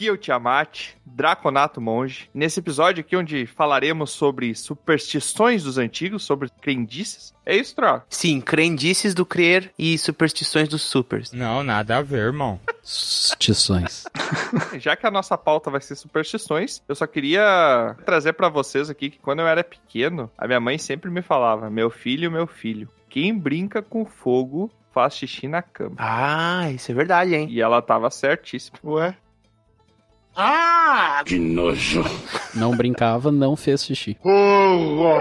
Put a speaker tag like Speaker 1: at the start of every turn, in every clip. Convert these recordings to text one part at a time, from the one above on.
Speaker 1: Kiel é Tiamat, Draconato Monge. Nesse episódio aqui, onde falaremos sobre superstições dos antigos, sobre crendices. É isso, Troca?
Speaker 2: Sim, crendices do crer e superstições dos supers.
Speaker 3: Não, nada a ver, irmão.
Speaker 4: Superstições.
Speaker 1: Já que a nossa pauta vai ser superstições, eu só queria trazer pra vocês aqui que quando eu era pequeno, a minha mãe sempre me falava: meu filho, meu filho. Quem brinca com fogo faz xixi na cama.
Speaker 2: Ah, isso é verdade, hein?
Speaker 1: E ela tava certíssima. Ué?
Speaker 5: Ah! Que nojo.
Speaker 4: Não brincava, não fez xixi.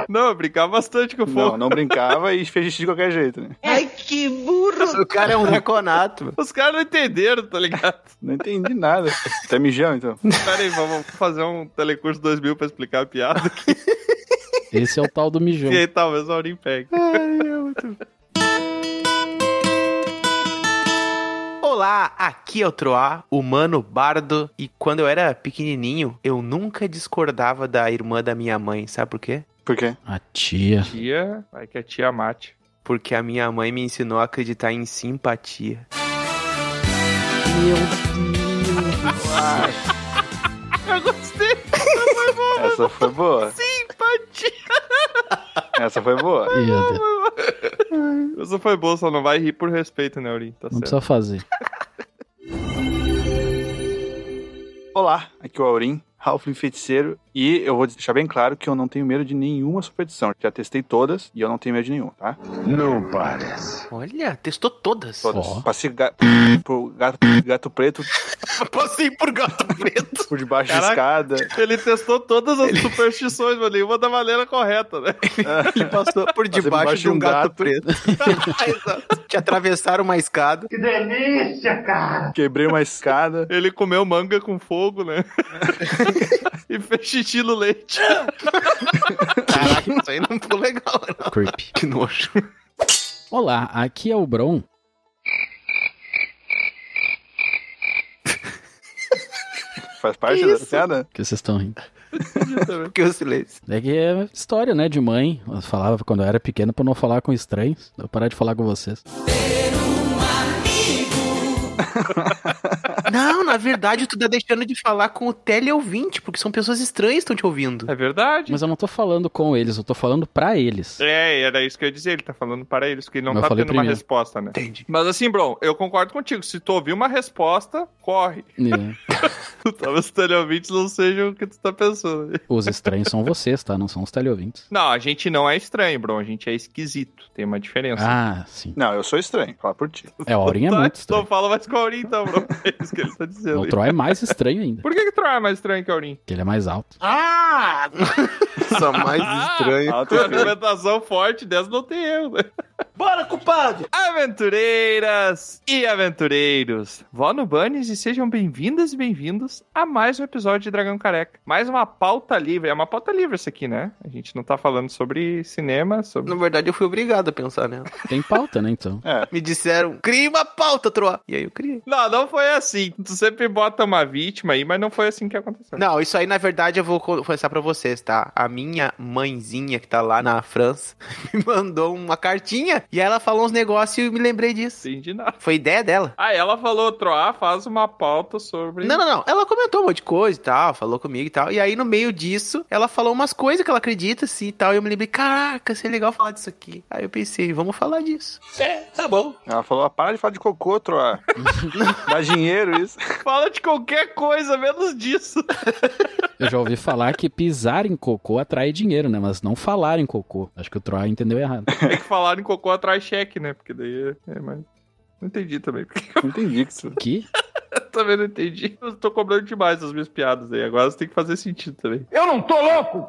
Speaker 1: Não, eu brincava bastante com fogo.
Speaker 6: Não, não brincava e fez xixi de qualquer jeito, né?
Speaker 5: Ai, que burro!
Speaker 2: O cara é um draconato.
Speaker 1: Os caras não entenderam, tá ligado?
Speaker 6: Não entendi nada. Tá mijão, então.
Speaker 1: Pera aí, vamos fazer um telecurso 2000 pra explicar a piada.
Speaker 4: Esse é o tal do mijão.
Speaker 1: E aí talvez o Aurim pegue.
Speaker 2: Olá, aqui é o Troá, humano bardo. E quando eu era pequenininho, eu nunca discordava da irmã da minha mãe, sabe por quê?
Speaker 6: Por quê?
Speaker 4: A tia.
Speaker 1: Tia, vai que a tia mate.
Speaker 2: Porque a minha mãe me ensinou a acreditar em simpatia.
Speaker 1: Eu gostei.
Speaker 6: Essa foi boa.
Speaker 1: Simpatia.
Speaker 6: Essa foi boa.
Speaker 4: Meu Deus.
Speaker 1: Isso foi boa, só não vai rir por respeito, né, Aurim? Tá
Speaker 4: Não
Speaker 1: certo.
Speaker 4: precisa fazer.
Speaker 6: Olá, aqui é o Aurim, Halfling Feiticeiro, e eu vou deixar bem claro que eu não tenho medo de nenhuma superstição. Já testei todas e eu não tenho medo de nenhuma, tá?
Speaker 5: Não parece.
Speaker 2: Olha, testou todas.
Speaker 6: Todas.
Speaker 4: Ó.
Speaker 6: Passei ga- por gato, gato preto
Speaker 2: Passei por gato preto.
Speaker 6: por debaixo
Speaker 1: Caraca.
Speaker 6: de escada.
Speaker 1: Ele testou todas as superstições, mas nenhuma da maneira correta, né?
Speaker 2: Ele passou por
Speaker 6: Passei
Speaker 2: debaixo
Speaker 6: debaixo
Speaker 2: de um
Speaker 6: de um
Speaker 2: gato,
Speaker 6: gato.
Speaker 2: preto. Ah, Exato. Te atravessaram uma escada.
Speaker 6: Quebrei uma escada.
Speaker 1: Ele comeu manga com fogo, né? e fez xixi no leite.
Speaker 2: Caraca, isso aí não ficou legal. né?
Speaker 4: Creepy.
Speaker 2: Que nojo.
Speaker 4: Olá, aqui é o Bron.
Speaker 6: Faz parte da piada?
Speaker 4: Que vocês estão rindo.
Speaker 2: Por que o silêncio?
Speaker 4: É que é história, né, de mãe. Eu falava quando eu era pequeno pra não falar com estranhos. Eu parar de falar com vocês.
Speaker 2: Não, na verdade, tu tá deixando de falar com o teleouvinte, porque são pessoas estranhas que estão te ouvindo.
Speaker 1: É verdade.
Speaker 4: Mas eu não tô falando com eles, eu tô falando pra eles.
Speaker 1: É, era isso que eu ia dizer. Ele tá falando para eles, que ele não
Speaker 4: Mas eu
Speaker 1: tá tendo
Speaker 4: falei
Speaker 1: uma
Speaker 4: primeiro.
Speaker 1: resposta, né?
Speaker 2: Entende?
Speaker 1: Mas assim, Bron, eu concordo contigo. Se tu ouvir uma resposta, corre.
Speaker 4: É.
Speaker 1: Talvez os teleouvintes não sejam o que tu tá pensando.
Speaker 4: Os estranhos são vocês, tá? Não são os teleouvintes.
Speaker 1: Não, a gente não é estranho, Bron. A gente é esquisito. Tem uma diferença.
Speaker 4: Ah, sim.
Speaker 6: Não, eu sou estranho, fala por ti.
Speaker 4: É, o Aurinho é muito
Speaker 1: Então
Speaker 4: estranho.
Speaker 1: fala mais com o Aurim, então, Bron. É isso que ele tá dizendo.
Speaker 4: O Troy é mais estranho ainda,
Speaker 1: Por que, que o Troy é mais estranho que o Aurim?
Speaker 4: porque ele é mais alto.
Speaker 5: Ah!
Speaker 2: Só mais estranho.
Speaker 6: Ah, eu tô
Speaker 1: Tem uma
Speaker 6: vendo.
Speaker 1: argumentação forte dessa não tem erro, né?
Speaker 5: Bora, culpado!
Speaker 1: Aventureiras e aventureiros, vó no Bunnies e sejam bem-vindas e bem-vindos a mais um episódio de Dragão Careca. Mais uma pauta livre, é uma pauta livre essa aqui, né? A gente não tá falando sobre cinema, sobre...
Speaker 2: Na verdade, eu fui obrigado a pensar nela.
Speaker 4: Tem pauta, né, então?
Speaker 2: Me disseram, crie uma pauta, Troa. E aí eu criei.
Speaker 1: Não, não foi assim. Tu sempre bota uma vítima aí, mas não foi assim que aconteceu.
Speaker 2: Não, isso aí, na verdade, eu vou co- confessar pra vocês, tá? A minha mãezinha, que tá lá na França, me mandou uma cartinha e ela falou uns negócios e eu me lembrei disso.
Speaker 1: Entendi nada.
Speaker 2: Foi ideia dela.
Speaker 1: Ah, ela falou, Troá, faz uma pauta sobre...
Speaker 2: Não, não, não. Ela comentou um monte de coisa e tal, falou comigo e tal. E aí, no meio disso, ela falou umas coisas que ela acredita, assim, e tal. E eu me lembrei, caraca, seria legal falar disso aqui. Aí eu pensei, vamos falar disso.
Speaker 5: É, tá bom.
Speaker 6: Ela falou: ah, para de falar de cocô, Troá. Dá dinheiro isso.
Speaker 1: Fala de qualquer coisa, menos disso.
Speaker 4: Eu já ouvi falar que pisar em cocô atrai dinheiro, né? Mas não falar em cocô. Acho que o Troy entendeu errado.
Speaker 1: É que falaram em cocô atrás cheque, né? Porque daí... É, é, mas... Não entendi também.
Speaker 6: Não entendi que isso.
Speaker 4: Que?
Speaker 1: Também não entendi. Eu tô cobrando demais as minhas piadas aí. Agora tem que fazer sentido também.
Speaker 5: Eu não tô louco!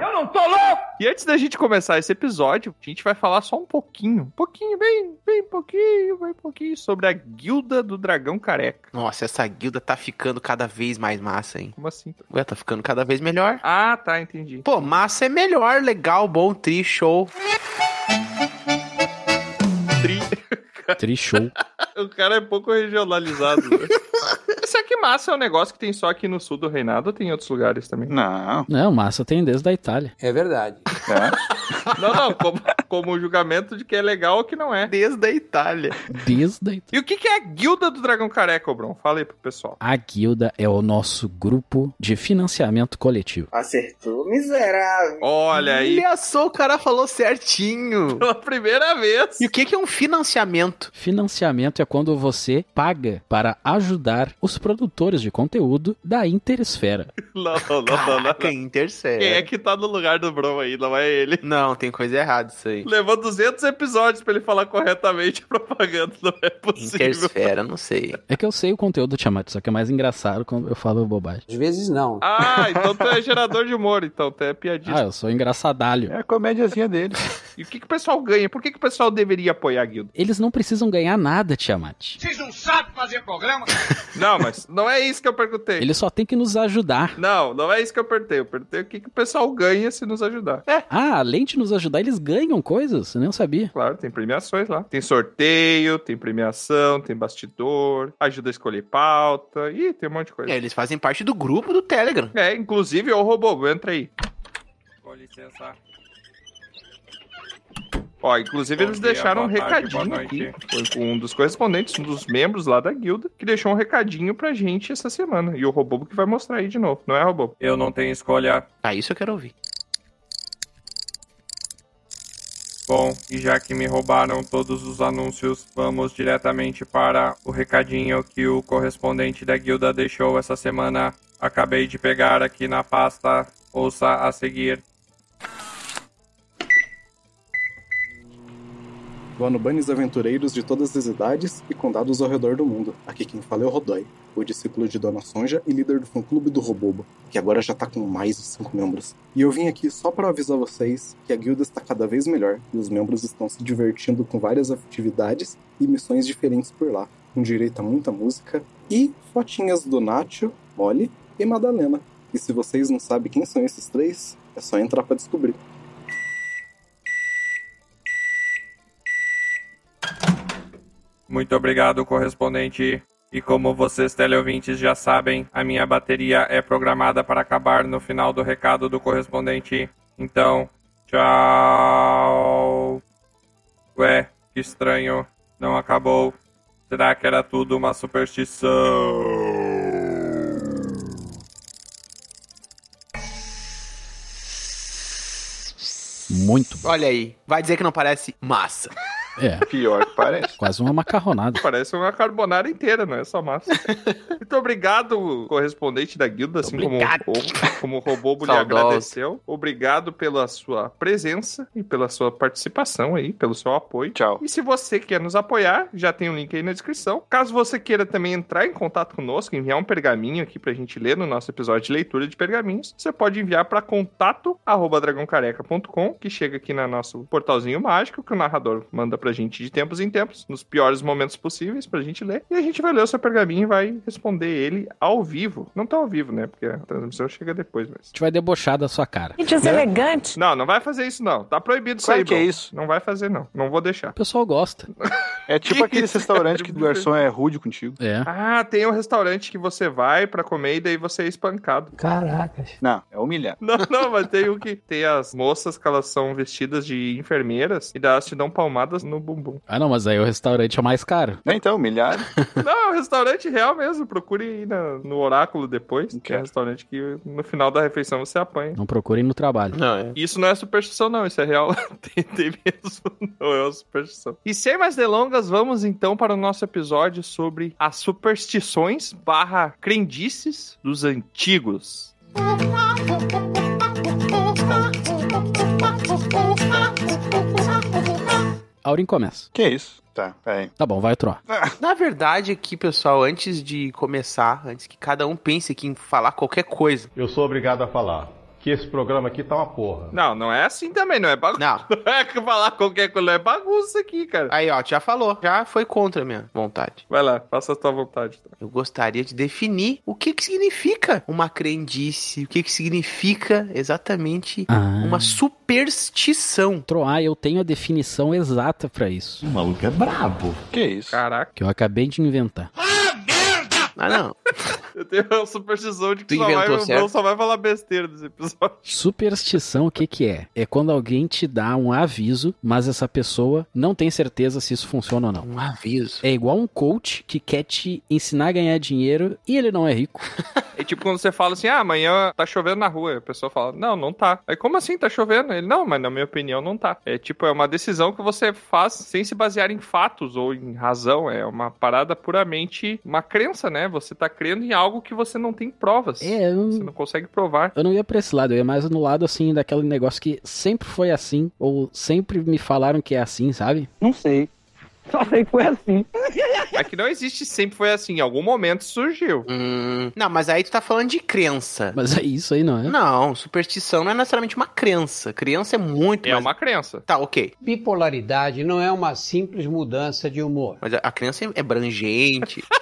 Speaker 5: Eu não tô louco!
Speaker 1: E antes da gente começar esse episódio, a gente vai falar só um pouquinho, um pouquinho, bem, bem pouquinho, bem pouquinho, sobre a Guilda do Dragão Careca.
Speaker 2: Nossa, essa guilda tá ficando cada vez mais massa, hein?
Speaker 1: Como assim?
Speaker 2: Ué, tá ficando cada vez melhor.
Speaker 1: Ah, tá, entendi.
Speaker 2: Pô, massa é melhor, legal, bom, tri, show.
Speaker 1: Tri...
Speaker 4: Trishow.
Speaker 1: O cara é pouco regionalizado. né? Será que massa é um negócio que tem só aqui no sul do Reinado ou tem em outros lugares também?
Speaker 6: Não.
Speaker 4: Não, massa tem desde a Itália.
Speaker 5: É verdade.
Speaker 6: É.
Speaker 1: Não, não, como, como julgamento de que é legal ou que não é.
Speaker 2: Desde a Itália.
Speaker 4: Desde
Speaker 1: E o que, que é a guilda do Dragão Careca, ô, Bron? Fala aí pro pessoal.
Speaker 4: a guilda é o nosso grupo de financiamento coletivo.
Speaker 3: Acertou, miserável.
Speaker 1: Olha aí,
Speaker 2: Ele assou, o cara falou certinho.
Speaker 1: pela primeira vez.
Speaker 2: E o que, que é um financiamento?
Speaker 4: Financiamento é quando você paga para ajudar os produtores de conteúdo da Interesfera.
Speaker 1: Não, não, não, não.
Speaker 2: Caraca, intercede.
Speaker 1: Quem é que tá no lugar do Bron aí? Não é ele.
Speaker 2: Não, tem coisa errada isso aí.
Speaker 1: Levou 200 episódios pra ele falar corretamente a propaganda, não é possível.
Speaker 2: Intersfera, não sei.
Speaker 4: É que eu sei o conteúdo do Tiamat, só que é mais engraçado quando eu falo bobagem.
Speaker 3: Às vezes não.
Speaker 1: Ah, então tu é gerador de humor, então tu é piadista.
Speaker 4: Ah, eu sou engraçadalho.
Speaker 6: É a comédiazinha dele.
Speaker 1: E o que, que o pessoal ganha? Por que, que o pessoal deveria apoiar a guilda?
Speaker 4: Eles não precisam ganhar nada, Tiamat.
Speaker 5: Vocês não sabem fazer programa?
Speaker 1: Não, mas não é isso que eu perguntei.
Speaker 4: Eles só têm que nos ajudar.
Speaker 1: Não, não é isso que eu perguntei. Eu perguntei o que, que o pessoal ganha se nos ajudar. É,
Speaker 4: Ah, além de nos ajudar, eles ganham coisas? Eu não sabia.
Speaker 1: claro, tem premiações lá. Tem sorteio, tem premiação, tem bastidor, ajuda a escolher pauta. Ih, tem um monte de coisa.
Speaker 2: É, eles fazem parte do grupo do Telegram.
Speaker 1: É, inclusive, ô robô, entra aí.
Speaker 7: Com licença.
Speaker 1: Ó, inclusive
Speaker 7: Bom
Speaker 1: eles
Speaker 7: dia,
Speaker 1: deixaram um
Speaker 7: boa tarde,
Speaker 1: recadinho
Speaker 7: boa noite.
Speaker 1: aqui. Foi com um dos correspondentes, um dos membros lá da guilda, que deixou um recadinho pra gente essa semana. E o robô que vai mostrar aí de novo, não é robô?
Speaker 7: Eu não tenho escolha.
Speaker 2: Ah, isso eu quero ouvir.
Speaker 7: Bom, e já que me roubaram todos os anúncios, vamos diretamente para o recadinho que o correspondente da guilda deixou essa semana. Acabei de pegar aqui na pasta. Ouça a seguir.
Speaker 8: Boa Banes aventureiros de todas as idades e condados ao redor do mundo. Aqui quem fala é o Rodói, o discípulo de Dona Sonja e líder do fã-clube do Robobo, que agora já tá com mais de cinco membros. E eu vim aqui só para avisar vocês que a guilda está cada vez melhor e os membros estão se divertindo com várias atividades e missões diferentes por lá, com direito a muita música e fotinhas do Nacho, Molly e Madalena. E se vocês não sabem quem são esses três, é só entrar para descobrir.
Speaker 7: Muito obrigado, correspondente. E como vocês teleouvintes já sabem, a minha bateria é programada para acabar no final do recado do correspondente. Então, tchau. Ué, que estranho. Não acabou. Será que era tudo uma superstição?
Speaker 4: Muito. bom.
Speaker 2: Olha aí, vai dizer que não parece massa.
Speaker 4: É,
Speaker 6: Pior que parece.
Speaker 4: quase uma macarronada.
Speaker 1: Parece uma carbonara inteira, não é só massa. Muito obrigado, correspondente da guilda, assim como,
Speaker 2: Obrigado.
Speaker 1: o- como o Robô lhe
Speaker 2: Saudoso.
Speaker 1: agradeceu. Obrigado pela sua presença e pela sua participação aí, pelo seu apoio.
Speaker 6: Tchau.
Speaker 1: E se você quer nos apoiar, já tem o link aí na descrição. Caso você queira também entrar em contato conosco, enviar um pergaminho aqui pra gente ler no nosso episódio de leitura de pergaminhos, você pode enviar para contato@dragoncareca.com, que chega aqui no nosso portalzinho mágico que o narrador manda pra gente de tempos em tempos, nos piores momentos possíveis pra gente ler, e a gente vai ler o seu pergaminho e vai responder ele ao vivo. Não tá ao vivo, né? Porque a transmissão chega depois, mas
Speaker 4: A gente vai debochar da sua cara.
Speaker 9: Que
Speaker 10: é
Speaker 5: Né?
Speaker 9: deselegante.
Speaker 1: Não, não vai fazer isso não. Tá proibido isso
Speaker 6: Claro
Speaker 1: aí,
Speaker 6: que é
Speaker 1: Bruno.
Speaker 6: isso.
Speaker 1: Não vai fazer não. Não vou deixar.
Speaker 4: O pessoal gosta.
Speaker 6: É tipo aqueles restaurantes que o garçom é rude contigo.
Speaker 4: É.
Speaker 1: Ah, tem um restaurante que você vai pra comer e daí você é espancado.
Speaker 3: Caracas.
Speaker 6: Não, é humilhar.
Speaker 1: Não, não, mas tem um que tem as moças que elas são vestidas de enfermeiras e daí elas te dão palmadas no bumbum.
Speaker 4: Ah, não, mas aí o restaurante é mais caro.
Speaker 6: Não, então, humilhar.
Speaker 1: Não, é um restaurante real mesmo. Procure ir na- no oráculo depois.
Speaker 6: Não
Speaker 1: Que é um
Speaker 6: quero.
Speaker 1: restaurante que no final da refeição você apanha.
Speaker 4: Não procurem no trabalho.
Speaker 2: Não, é.
Speaker 1: Isso não é superstição, não, isso é real. tem, tem mesmo, não é uma superstição. E sem mais delongas, vamos então para o nosso episódio sobre as superstições barra crendices dos antigos.
Speaker 4: Aurim começa.
Speaker 6: Que isso? Tá, peraí.
Speaker 4: Tá bom, vai, Troa.
Speaker 2: Na verdade, aqui, pessoal, antes de começar, antes que cada um pense aqui em falar qualquer coisa.
Speaker 11: Eu sou obrigado a falar que esse programa aqui tá uma porra.
Speaker 1: Não, não é assim também, não é bagunça.
Speaker 2: Não,
Speaker 1: Não é que falar qualquer coisa, não é bagunça aqui, cara.
Speaker 2: aí ó, já falou, já foi contra a minha vontade.
Speaker 1: Vai lá, faça a tua vontade. tá?
Speaker 2: Eu gostaria de definir o que que significa uma crendice, o que que significa exatamente
Speaker 4: Ah.
Speaker 2: uma superstição.
Speaker 4: Troar, eu tenho a definição exata pra isso,
Speaker 11: O maluco é brabo.
Speaker 6: Que isso?
Speaker 1: Caraca.
Speaker 4: que eu acabei de inventar.
Speaker 5: Ah, merda!
Speaker 2: Ah, não.
Speaker 1: Eu tenho a superstição de que
Speaker 2: Tu
Speaker 1: só vai,
Speaker 2: inventou,
Speaker 1: o
Speaker 2: certo?
Speaker 1: Bruno só vai falar besteira desse episódio.
Speaker 4: Superstição, o que que é? É quando alguém te dá um aviso, mas essa pessoa não tem certeza se isso funciona ou não.
Speaker 2: Um aviso.
Speaker 4: É igual um coach que quer te ensinar a ganhar dinheiro e ele não é rico.
Speaker 1: É tipo quando você fala assim, ah, amanhã tá chovendo na rua. A pessoa fala, não, não tá. Aí, como assim tá chovendo? Ele, não, mas na minha opinião não tá. É tipo, é uma decisão que você faz sem se basear em fatos ou em razão. É uma parada puramente uma crença, né? Você tá crendo em algo que você não tem provas.
Speaker 4: É, eu
Speaker 1: Você
Speaker 4: não,
Speaker 1: não consegue provar.
Speaker 4: eu não ia pra esse lado, eu ia mais no lado assim daquele negócio que sempre foi assim, ou sempre me falaram que é assim, sabe?
Speaker 5: Não sei. Só sei que foi assim.
Speaker 1: É que não existe sempre foi assim. Em algum momento surgiu.
Speaker 2: Hum, não, mas aí tu tá falando de crença.
Speaker 4: Mas é isso aí, não é?
Speaker 2: Não, superstição não é necessariamente uma crença. Criança é muito
Speaker 1: É
Speaker 2: mais...
Speaker 1: uma crença.
Speaker 2: Tá, ok.
Speaker 9: Bipolaridade não é uma simples mudança de humor.
Speaker 2: Mas a- a crença é abrangente.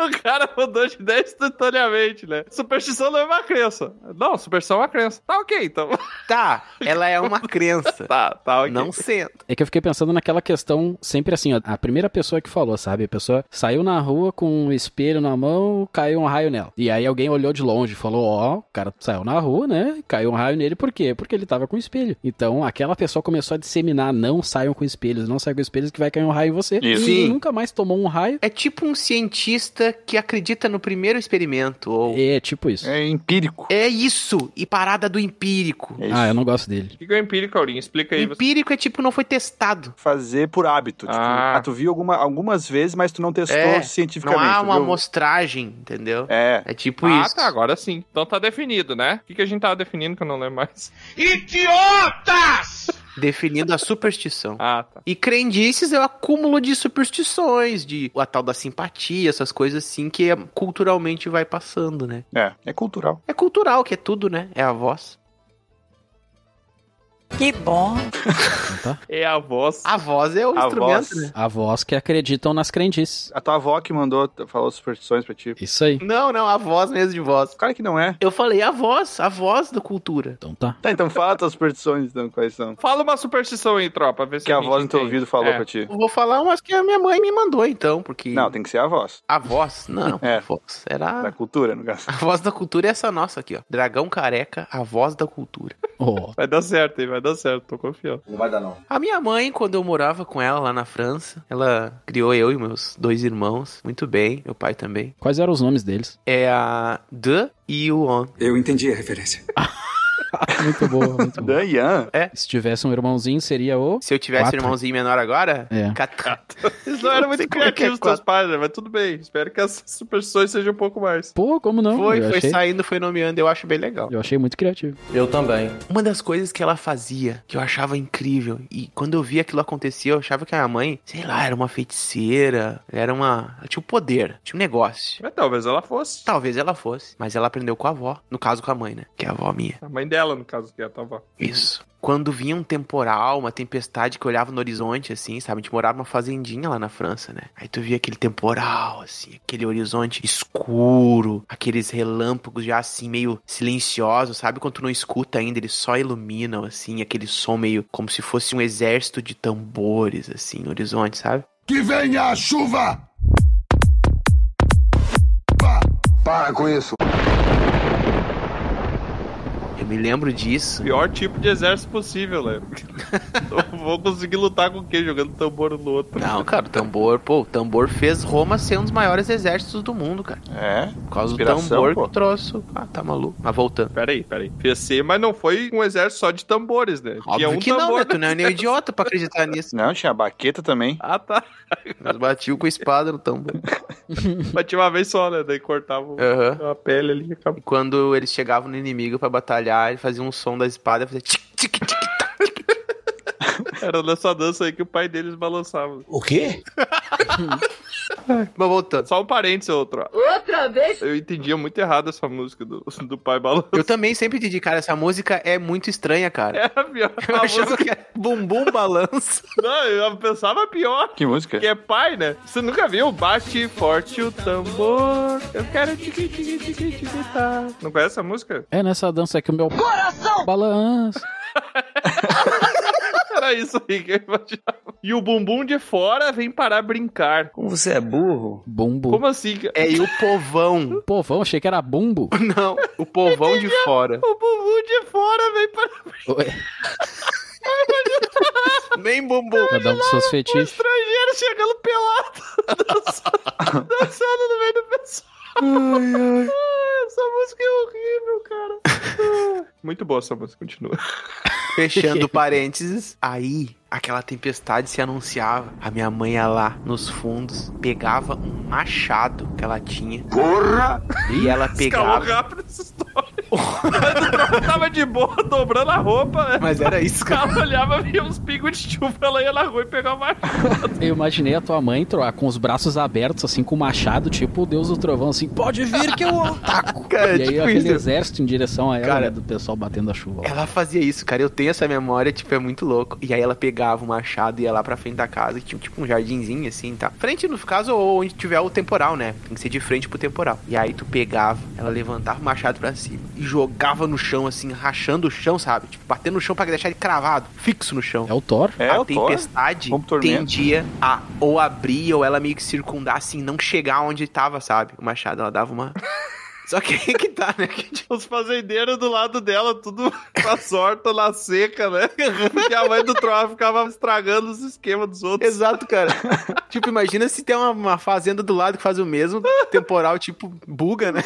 Speaker 1: O cara mudou de ideia instantaneamente, né? Superstição não é uma crença. Não, superstição é uma crença. Tá ok, então.
Speaker 2: tá, ela é uma crença.
Speaker 1: Tá, tá ok.
Speaker 2: Não sendo.
Speaker 4: É que eu fiquei pensando naquela questão sempre assim, ó, a primeira pessoa que falou, sabe? A pessoa saiu na rua com um espelho na mão, caiu um raio nela. E aí alguém olhou de longe e falou, ó, o cara saiu na rua, né? Caiu um raio nele, por quê? Porque ele tava com o espelho. Então aquela pessoa começou a disseminar, não saiam com espelhos, não saiam com espelhos que vai cair um raio em você.
Speaker 6: Isso.
Speaker 4: E
Speaker 2: Sim.
Speaker 4: nunca mais tomou um raio.
Speaker 2: É tipo um cientista que acredita no primeiro experimento. Ou...
Speaker 4: É tipo isso.
Speaker 6: É empírico.
Speaker 2: É isso! E parada do empírico.
Speaker 6: É isso.
Speaker 4: Ah, eu não gosto dele.
Speaker 1: O que que é empírico, Aurinho? Explica aí. Você.
Speaker 2: Empírico é tipo, não foi testado.
Speaker 6: Fazer por hábito. Tipo,
Speaker 1: Ah.
Speaker 6: ah, tu viu alguma, algumas vezes, mas tu não testou
Speaker 2: É, Não
Speaker 6: cientificamente.
Speaker 2: há uma
Speaker 6: viu?
Speaker 2: amostragem, entendeu?
Speaker 6: É.
Speaker 2: É tipo
Speaker 1: Ah,
Speaker 2: isso.
Speaker 1: tá, agora sim. Então tá definido, né? O que, que a gente tava definindo que eu não lembro mais?
Speaker 2: Definindo a superstição.
Speaker 1: Ah, tá.
Speaker 2: E crendices é o acúmulo de superstições, de a tal da simpatia, essas coisas assim que é- culturalmente vai passando, né?
Speaker 6: É, é cultural.
Speaker 2: É cultural, que é tudo, né? É a voz.
Speaker 12: Que bom.
Speaker 1: É a voz.
Speaker 2: A voz é o
Speaker 6: A
Speaker 2: instrumento,
Speaker 6: voz.
Speaker 2: né?
Speaker 4: Avós que acreditam nas crendices.
Speaker 6: A tua avó que mandou, falou superstições pra ti.
Speaker 4: Isso aí.
Speaker 2: Não, não, a voz mesmo de voz.
Speaker 6: Cara que não é.
Speaker 2: Eu falei a voz, a voz da cultura.
Speaker 4: Então tá.
Speaker 6: Tá, então fala tuas superstições, então, quais são.
Speaker 1: Fala uma superstição aí, tropa. Vê se
Speaker 6: Que a
Speaker 1: gente
Speaker 6: voz no teu
Speaker 1: entende.
Speaker 6: ouvido falou
Speaker 1: É.
Speaker 6: pra ti.
Speaker 2: Eu vou falar umas que a minha mãe me mandou, então, porque.
Speaker 6: Não, tem que ser a voz.
Speaker 2: A voz? Não,
Speaker 6: É.
Speaker 2: a voz. Era.
Speaker 6: Da cultura, no caso.
Speaker 2: A voz da cultura é essa nossa aqui, ó. Dragão careca, a voz da cultura.
Speaker 4: Ó,
Speaker 1: Vai dar certo, hein? Vai dar certo, tô confiando.
Speaker 9: Não vai dar, não.
Speaker 2: A minha mãe, quando eu morava com ela lá na França, ela criou eu e meus dois irmãos muito bem, meu pai também.
Speaker 4: quais eram os nomes deles?
Speaker 2: É a de e o on.
Speaker 11: Eu entendi a referência.
Speaker 4: muito boa, muito boa.
Speaker 6: Dayan.
Speaker 4: Se tivesse um irmãozinho, seria o...
Speaker 2: Se eu tivesse
Speaker 4: Quatro.
Speaker 2: um irmãozinho menor agora,
Speaker 4: É.
Speaker 2: cat-
Speaker 1: Eles não eram
Speaker 2: sei
Speaker 1: muito
Speaker 2: como é que é
Speaker 1: criativos,
Speaker 2: quatro.
Speaker 1: teus pais, né? Mas tudo bem. Espero que as superstições sejam um pouco mais.
Speaker 4: Pô, como não?
Speaker 2: foi,
Speaker 4: Então, Eu
Speaker 2: foi
Speaker 4: achei-
Speaker 2: saindo, foi nomeando, eu acho bem legal.
Speaker 4: Eu achei muito criativo.
Speaker 9: Eu também.
Speaker 2: Uma das coisas que ela fazia, que eu achava incrível, e quando eu vi aquilo acontecer, eu achava que a minha mãe, sei lá, era uma feiticeira, era uma. Ela tinha um poder, tinha um negócio.
Speaker 1: Mas talvez ela fosse.
Speaker 2: Talvez ela fosse, mas ela aprendeu com a avó. No caso, com a mãe, né? Que é a avó minha.
Speaker 1: A mãe dela, no caso, que é a tua avó.
Speaker 2: Isso. Quando vinha um temporal, uma tempestade que olhava no horizonte, assim, sabe? A gente morava numa fazendinha lá na França, né? Aí tu via aquele temporal, assim, aquele horizonte escuro, aqueles relâmpagos já, assim, meio silenciosos, sabe? Quando tu não escuta ainda, eles só iluminam, assim, aquele som meio como se fosse um exército de tambores, assim, no horizonte, sabe?
Speaker 11: Que venha a chuva! Para com isso.
Speaker 2: Eu me lembro disso.
Speaker 1: Pior tipo de exército possível, né? não vou conseguir lutar com quem? Jogando tambor um no outro.
Speaker 2: Não, cara, o tambor, pô, o tambor fez Roma ser um dos maiores exércitos do mundo, cara.
Speaker 6: É.
Speaker 2: Por causa do
Speaker 6: Inspiração,
Speaker 2: tambor
Speaker 6: pô.
Speaker 2: que trouxe. Ah, tá maluco. Mas voltando.
Speaker 1: Peraí, peraí. PC, mas não foi um exército só de tambores, né? Tinha
Speaker 2: Óbvio
Speaker 1: um
Speaker 2: que não,
Speaker 1: tambor.
Speaker 2: né? Tu não é nem um idiota pra acreditar nisso.
Speaker 6: Não, tinha a baqueta também.
Speaker 1: Ah, tá.
Speaker 2: Nós batiu com a espada no tambor.
Speaker 1: Batia uma vez só, né? Daí cortava o-
Speaker 2: Aham.
Speaker 1: a pele ali e acabou.
Speaker 2: E quando eles chegavam no inimigo pra batalhar, ele fazia um som da espada, fazia tic, tic, tic, tac.
Speaker 1: Era nessa dança aí que o pai deles balançava.
Speaker 9: O quê?
Speaker 2: Mas voltando.
Speaker 1: Só um parênteses, outro.
Speaker 12: Outra vez?
Speaker 1: Eu entendia muito errado essa música do, do pai balançando.
Speaker 2: Eu também sempre entendi, cara, essa música é muito estranha, cara.
Speaker 1: Era pior.
Speaker 2: Eu
Speaker 1: A
Speaker 2: achava
Speaker 1: música...
Speaker 2: que era É bumbum balança.
Speaker 1: Não, eu pensava pior.
Speaker 6: Que música?
Speaker 1: Que é pai, né? Você nunca viu? Bate forte o tambor. Eu quero tiqui tiqui tiqui tiqui tá. Não conhece essa música?
Speaker 4: É nessa dança que o meu coração balança.
Speaker 1: Era Era isso aí que eu imaginava. E o bumbum de fora vem parar a brincar.
Speaker 12: Como você é burro?
Speaker 4: Bumbo.
Speaker 1: Como assim?
Speaker 2: É, e o povão.
Speaker 4: Povão? Achei que era bumbo.
Speaker 2: Não, o povão de fora.
Speaker 1: O bumbum de fora vem parar
Speaker 4: Ué,
Speaker 2: Nem bumbum.
Speaker 4: Cada um com seus
Speaker 1: o
Speaker 4: fetiches.
Speaker 1: estrangeiro chegando pelado, dançando, dançando no meio do pessoal. Ai, Essa música é horrível, cara. Muito boa essa música, continua.
Speaker 2: Fechando parênteses. Aí, aquela tempestade se anunciava. A minha mãe ia lá nos fundos, pegava um machado que ela tinha. Porra! E ela
Speaker 1: Escalou
Speaker 2: pegava.
Speaker 1: rápido essa história. Ela tava de boa, dobrando a roupa, né?
Speaker 2: Mas era isso, cara.
Speaker 1: Ela olhava, via uns pingos de chuva, ela ia na rua e pegava uma...
Speaker 4: Eu imaginei a tua mãe troar com os braços abertos, assim, com o machado, tipo o deus do trovão, assim, pode vir que eu ataco.
Speaker 2: Cara,
Speaker 4: e aí
Speaker 2: tipo
Speaker 4: aquele
Speaker 2: isso.
Speaker 4: exército em direção a ela,
Speaker 2: Cara, é
Speaker 4: né, do pessoal batendo a chuva. lá.
Speaker 2: Ela fazia isso, cara. Eu tenho essa memória, tipo, é muito louco. E aí ela pegava o machado e ia lá pra frente da casa, que tinha tipo um jardinzinho assim, tá? Frente, no caso, ou onde tiver o temporal, né? Tem que ser de frente pro temporal. E aí tu pegava, ela levantava o machado pra cima e jogava no chão, assim, rachando o chão, sabe? Tipo, batendo no chão pra deixar ele cravado, fixo no chão.
Speaker 4: É o Thor.
Speaker 6: É,
Speaker 2: a
Speaker 6: o Thor.
Speaker 2: tempestade
Speaker 6: Como tormento.
Speaker 2: tendia a ou abrir ou ela meio que circundar assim, não chegar onde tava, sabe? O machado, ela dava uma. Só que aí que tá, né? Que
Speaker 1: Os fazendeiros do lado dela, tudo com a sorte na seca, né? Porque a mãe do Troá ficava estragando os esquemas dos outros.
Speaker 2: Exato, cara. tipo, imagina se tem uma, uma fazenda do lado que faz o mesmo temporal, tipo, buga, né?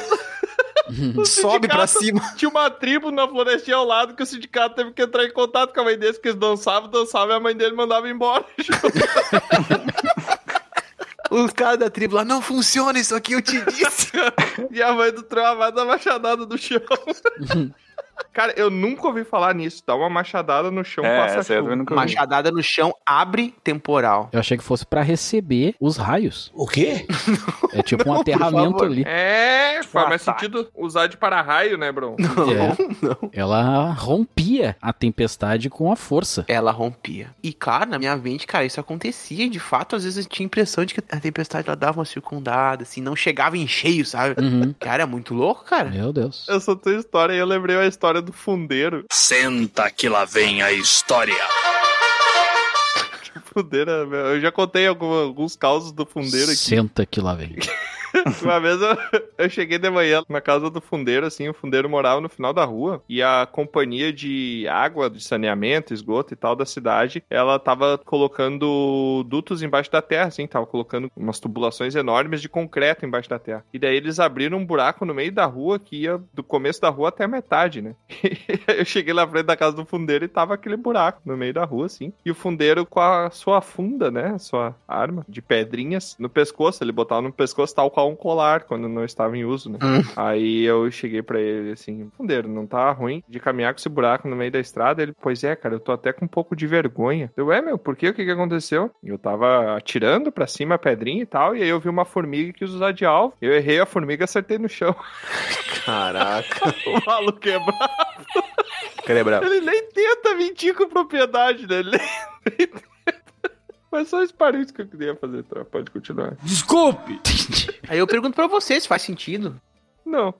Speaker 2: Sobe pra cima.
Speaker 1: Tinha uma tribo na florestinha ao lado que o sindicato teve que entrar em contato com a mãe dele, porque eles dançavam, dançavam e a mãe dele mandava embora.
Speaker 2: Os caras da tribo lá, não funciona isso aqui, eu te disse.
Speaker 1: e a mãe do Troá vai dar machadada no chão. Cara, eu nunca ouvi falar nisso. Dá uma machadada no chão,
Speaker 6: É,
Speaker 1: passa
Speaker 6: essa aí eu também
Speaker 1: chuva.
Speaker 6: nunca vi.
Speaker 2: Machadada no chão, abre temporal.
Speaker 4: Eu achei que fosse pra receber os raios.
Speaker 12: O quê?
Speaker 4: É tipo um
Speaker 2: Não, por
Speaker 4: aterramento
Speaker 2: favor.
Speaker 4: ali.
Speaker 1: É, faz mais
Speaker 6: ataque.
Speaker 1: sentido usar de para-raio, né, Bruno?
Speaker 4: É. Ela rompia a tempestade com a força.
Speaker 2: Ela rompia. E claro, na minha mente, cara, isso acontecia. De fato, às vezes eu tinha a impressão de que a tempestade ela dava uma circundada, assim, não chegava em cheio, sabe?
Speaker 4: Uhum.
Speaker 2: Cara, é muito louco, cara.
Speaker 4: Meu Deus.
Speaker 1: Essa tua história aí, eu lembrei a história do fundeiro.
Speaker 12: Senta que lá vem a história.
Speaker 1: Fundeiro, é- eu já contei algum- alguns causos do
Speaker 2: um
Speaker 1: fundeiro aqui.
Speaker 4: Senta que lá vem.
Speaker 1: Uma vez eu, eu cheguei de manhã na casa do fundeiro, assim, o fundeiro morava no final da rua e a companhia de água, de saneamento, esgoto e tal da cidade, ela tava colocando dutos embaixo da terra, assim, tava colocando umas tubulações enormes de concreto embaixo da terra. E daí eles abriram um buraco no meio da rua que ia do começo da rua até a metade, né? eu cheguei na frente da casa do fundeiro e tava aquele buraco no meio da rua, assim. E o fundeiro com a sua funda, né? Sua arma de pedrinhas no pescoço. Ele botava no pescoço tal qual um colar quando não estava em uso, né? Aí eu cheguei pra ele assim: Fundeiro, não tá ruim de caminhar com esse buraco no meio da estrada? Ele, pois é, cara, eu tô até com um pouco de vergonha. Eu, é, meu, por quê? O que que aconteceu? Eu tava atirando pra cima a pedrinha e tal, e aí eu vi uma formiga e quis usar de alvo. Eu errei a formiga e acertei no chão.
Speaker 2: Caraca.
Speaker 1: O maluco quebrou.
Speaker 2: Cara, é brabo.
Speaker 1: Ele nem tenta mentir com propriedade, né? Ele nem, nem tenta. Mas só esse parênteses que eu queria fazer, tá? Pode continuar.
Speaker 4: Desculpe!
Speaker 2: Aí eu pergunto pra vocês, faz sentido?
Speaker 1: Não.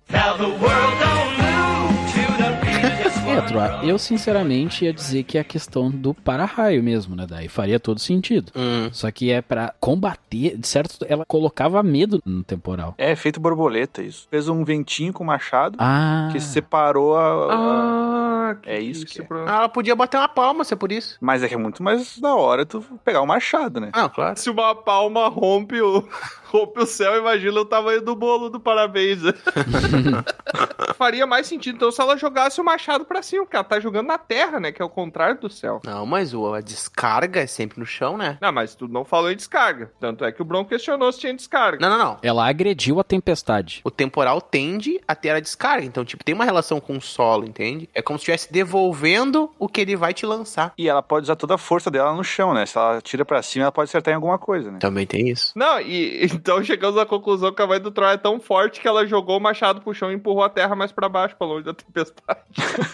Speaker 4: É, Troa, eu sinceramente ia dizer que é a questão do para-raio mesmo, né? Daí faria todo sentido.
Speaker 2: Hum.
Speaker 4: Só que é pra combater, de certo, ela colocava medo no temporal.
Speaker 6: É, feito borboleta isso. Fez um ventinho com machado
Speaker 4: Ah,
Speaker 6: que separou a. a-
Speaker 1: Ah,
Speaker 6: É isso que é.
Speaker 1: pro-
Speaker 2: Ah, ela podia bater uma palma, se é por isso.
Speaker 6: Mas é que é muito mais da hora tu pegar o machado, né?
Speaker 2: Ah, claro.
Speaker 1: Se uma palma rompe o, rompe o céu, imagina o tamanho do bolo do parabéns. né? Faria mais sentido, então, se ela jogasse o machado pra cima, porque ela tá jogando na terra, né? Que é o contrário do céu.
Speaker 2: Não, mas o- a descarga é sempre no chão, né?
Speaker 1: Não, mas tu não falou em descarga. Tanto é que o Bron questionou se tinha descarga.
Speaker 2: Não, não, não.
Speaker 4: ela agrediu a tempestade.
Speaker 2: O temporal tende a ter a descarga. Então, tipo, tem uma relação com o solo, entende? É como se estivesse devolvendo o que ele vai te lançar.
Speaker 6: E ela pode usar toda a força dela no chão, né? Se ela tira pra cima, ela pode acertar em alguma coisa, né?
Speaker 2: Também tem isso.
Speaker 1: Não, e então chegamos à conclusão que a mãe do Troy é tão forte que ela jogou o machado pro chão e empurrou a terra mais mais para baixo, pra longe da tempestade.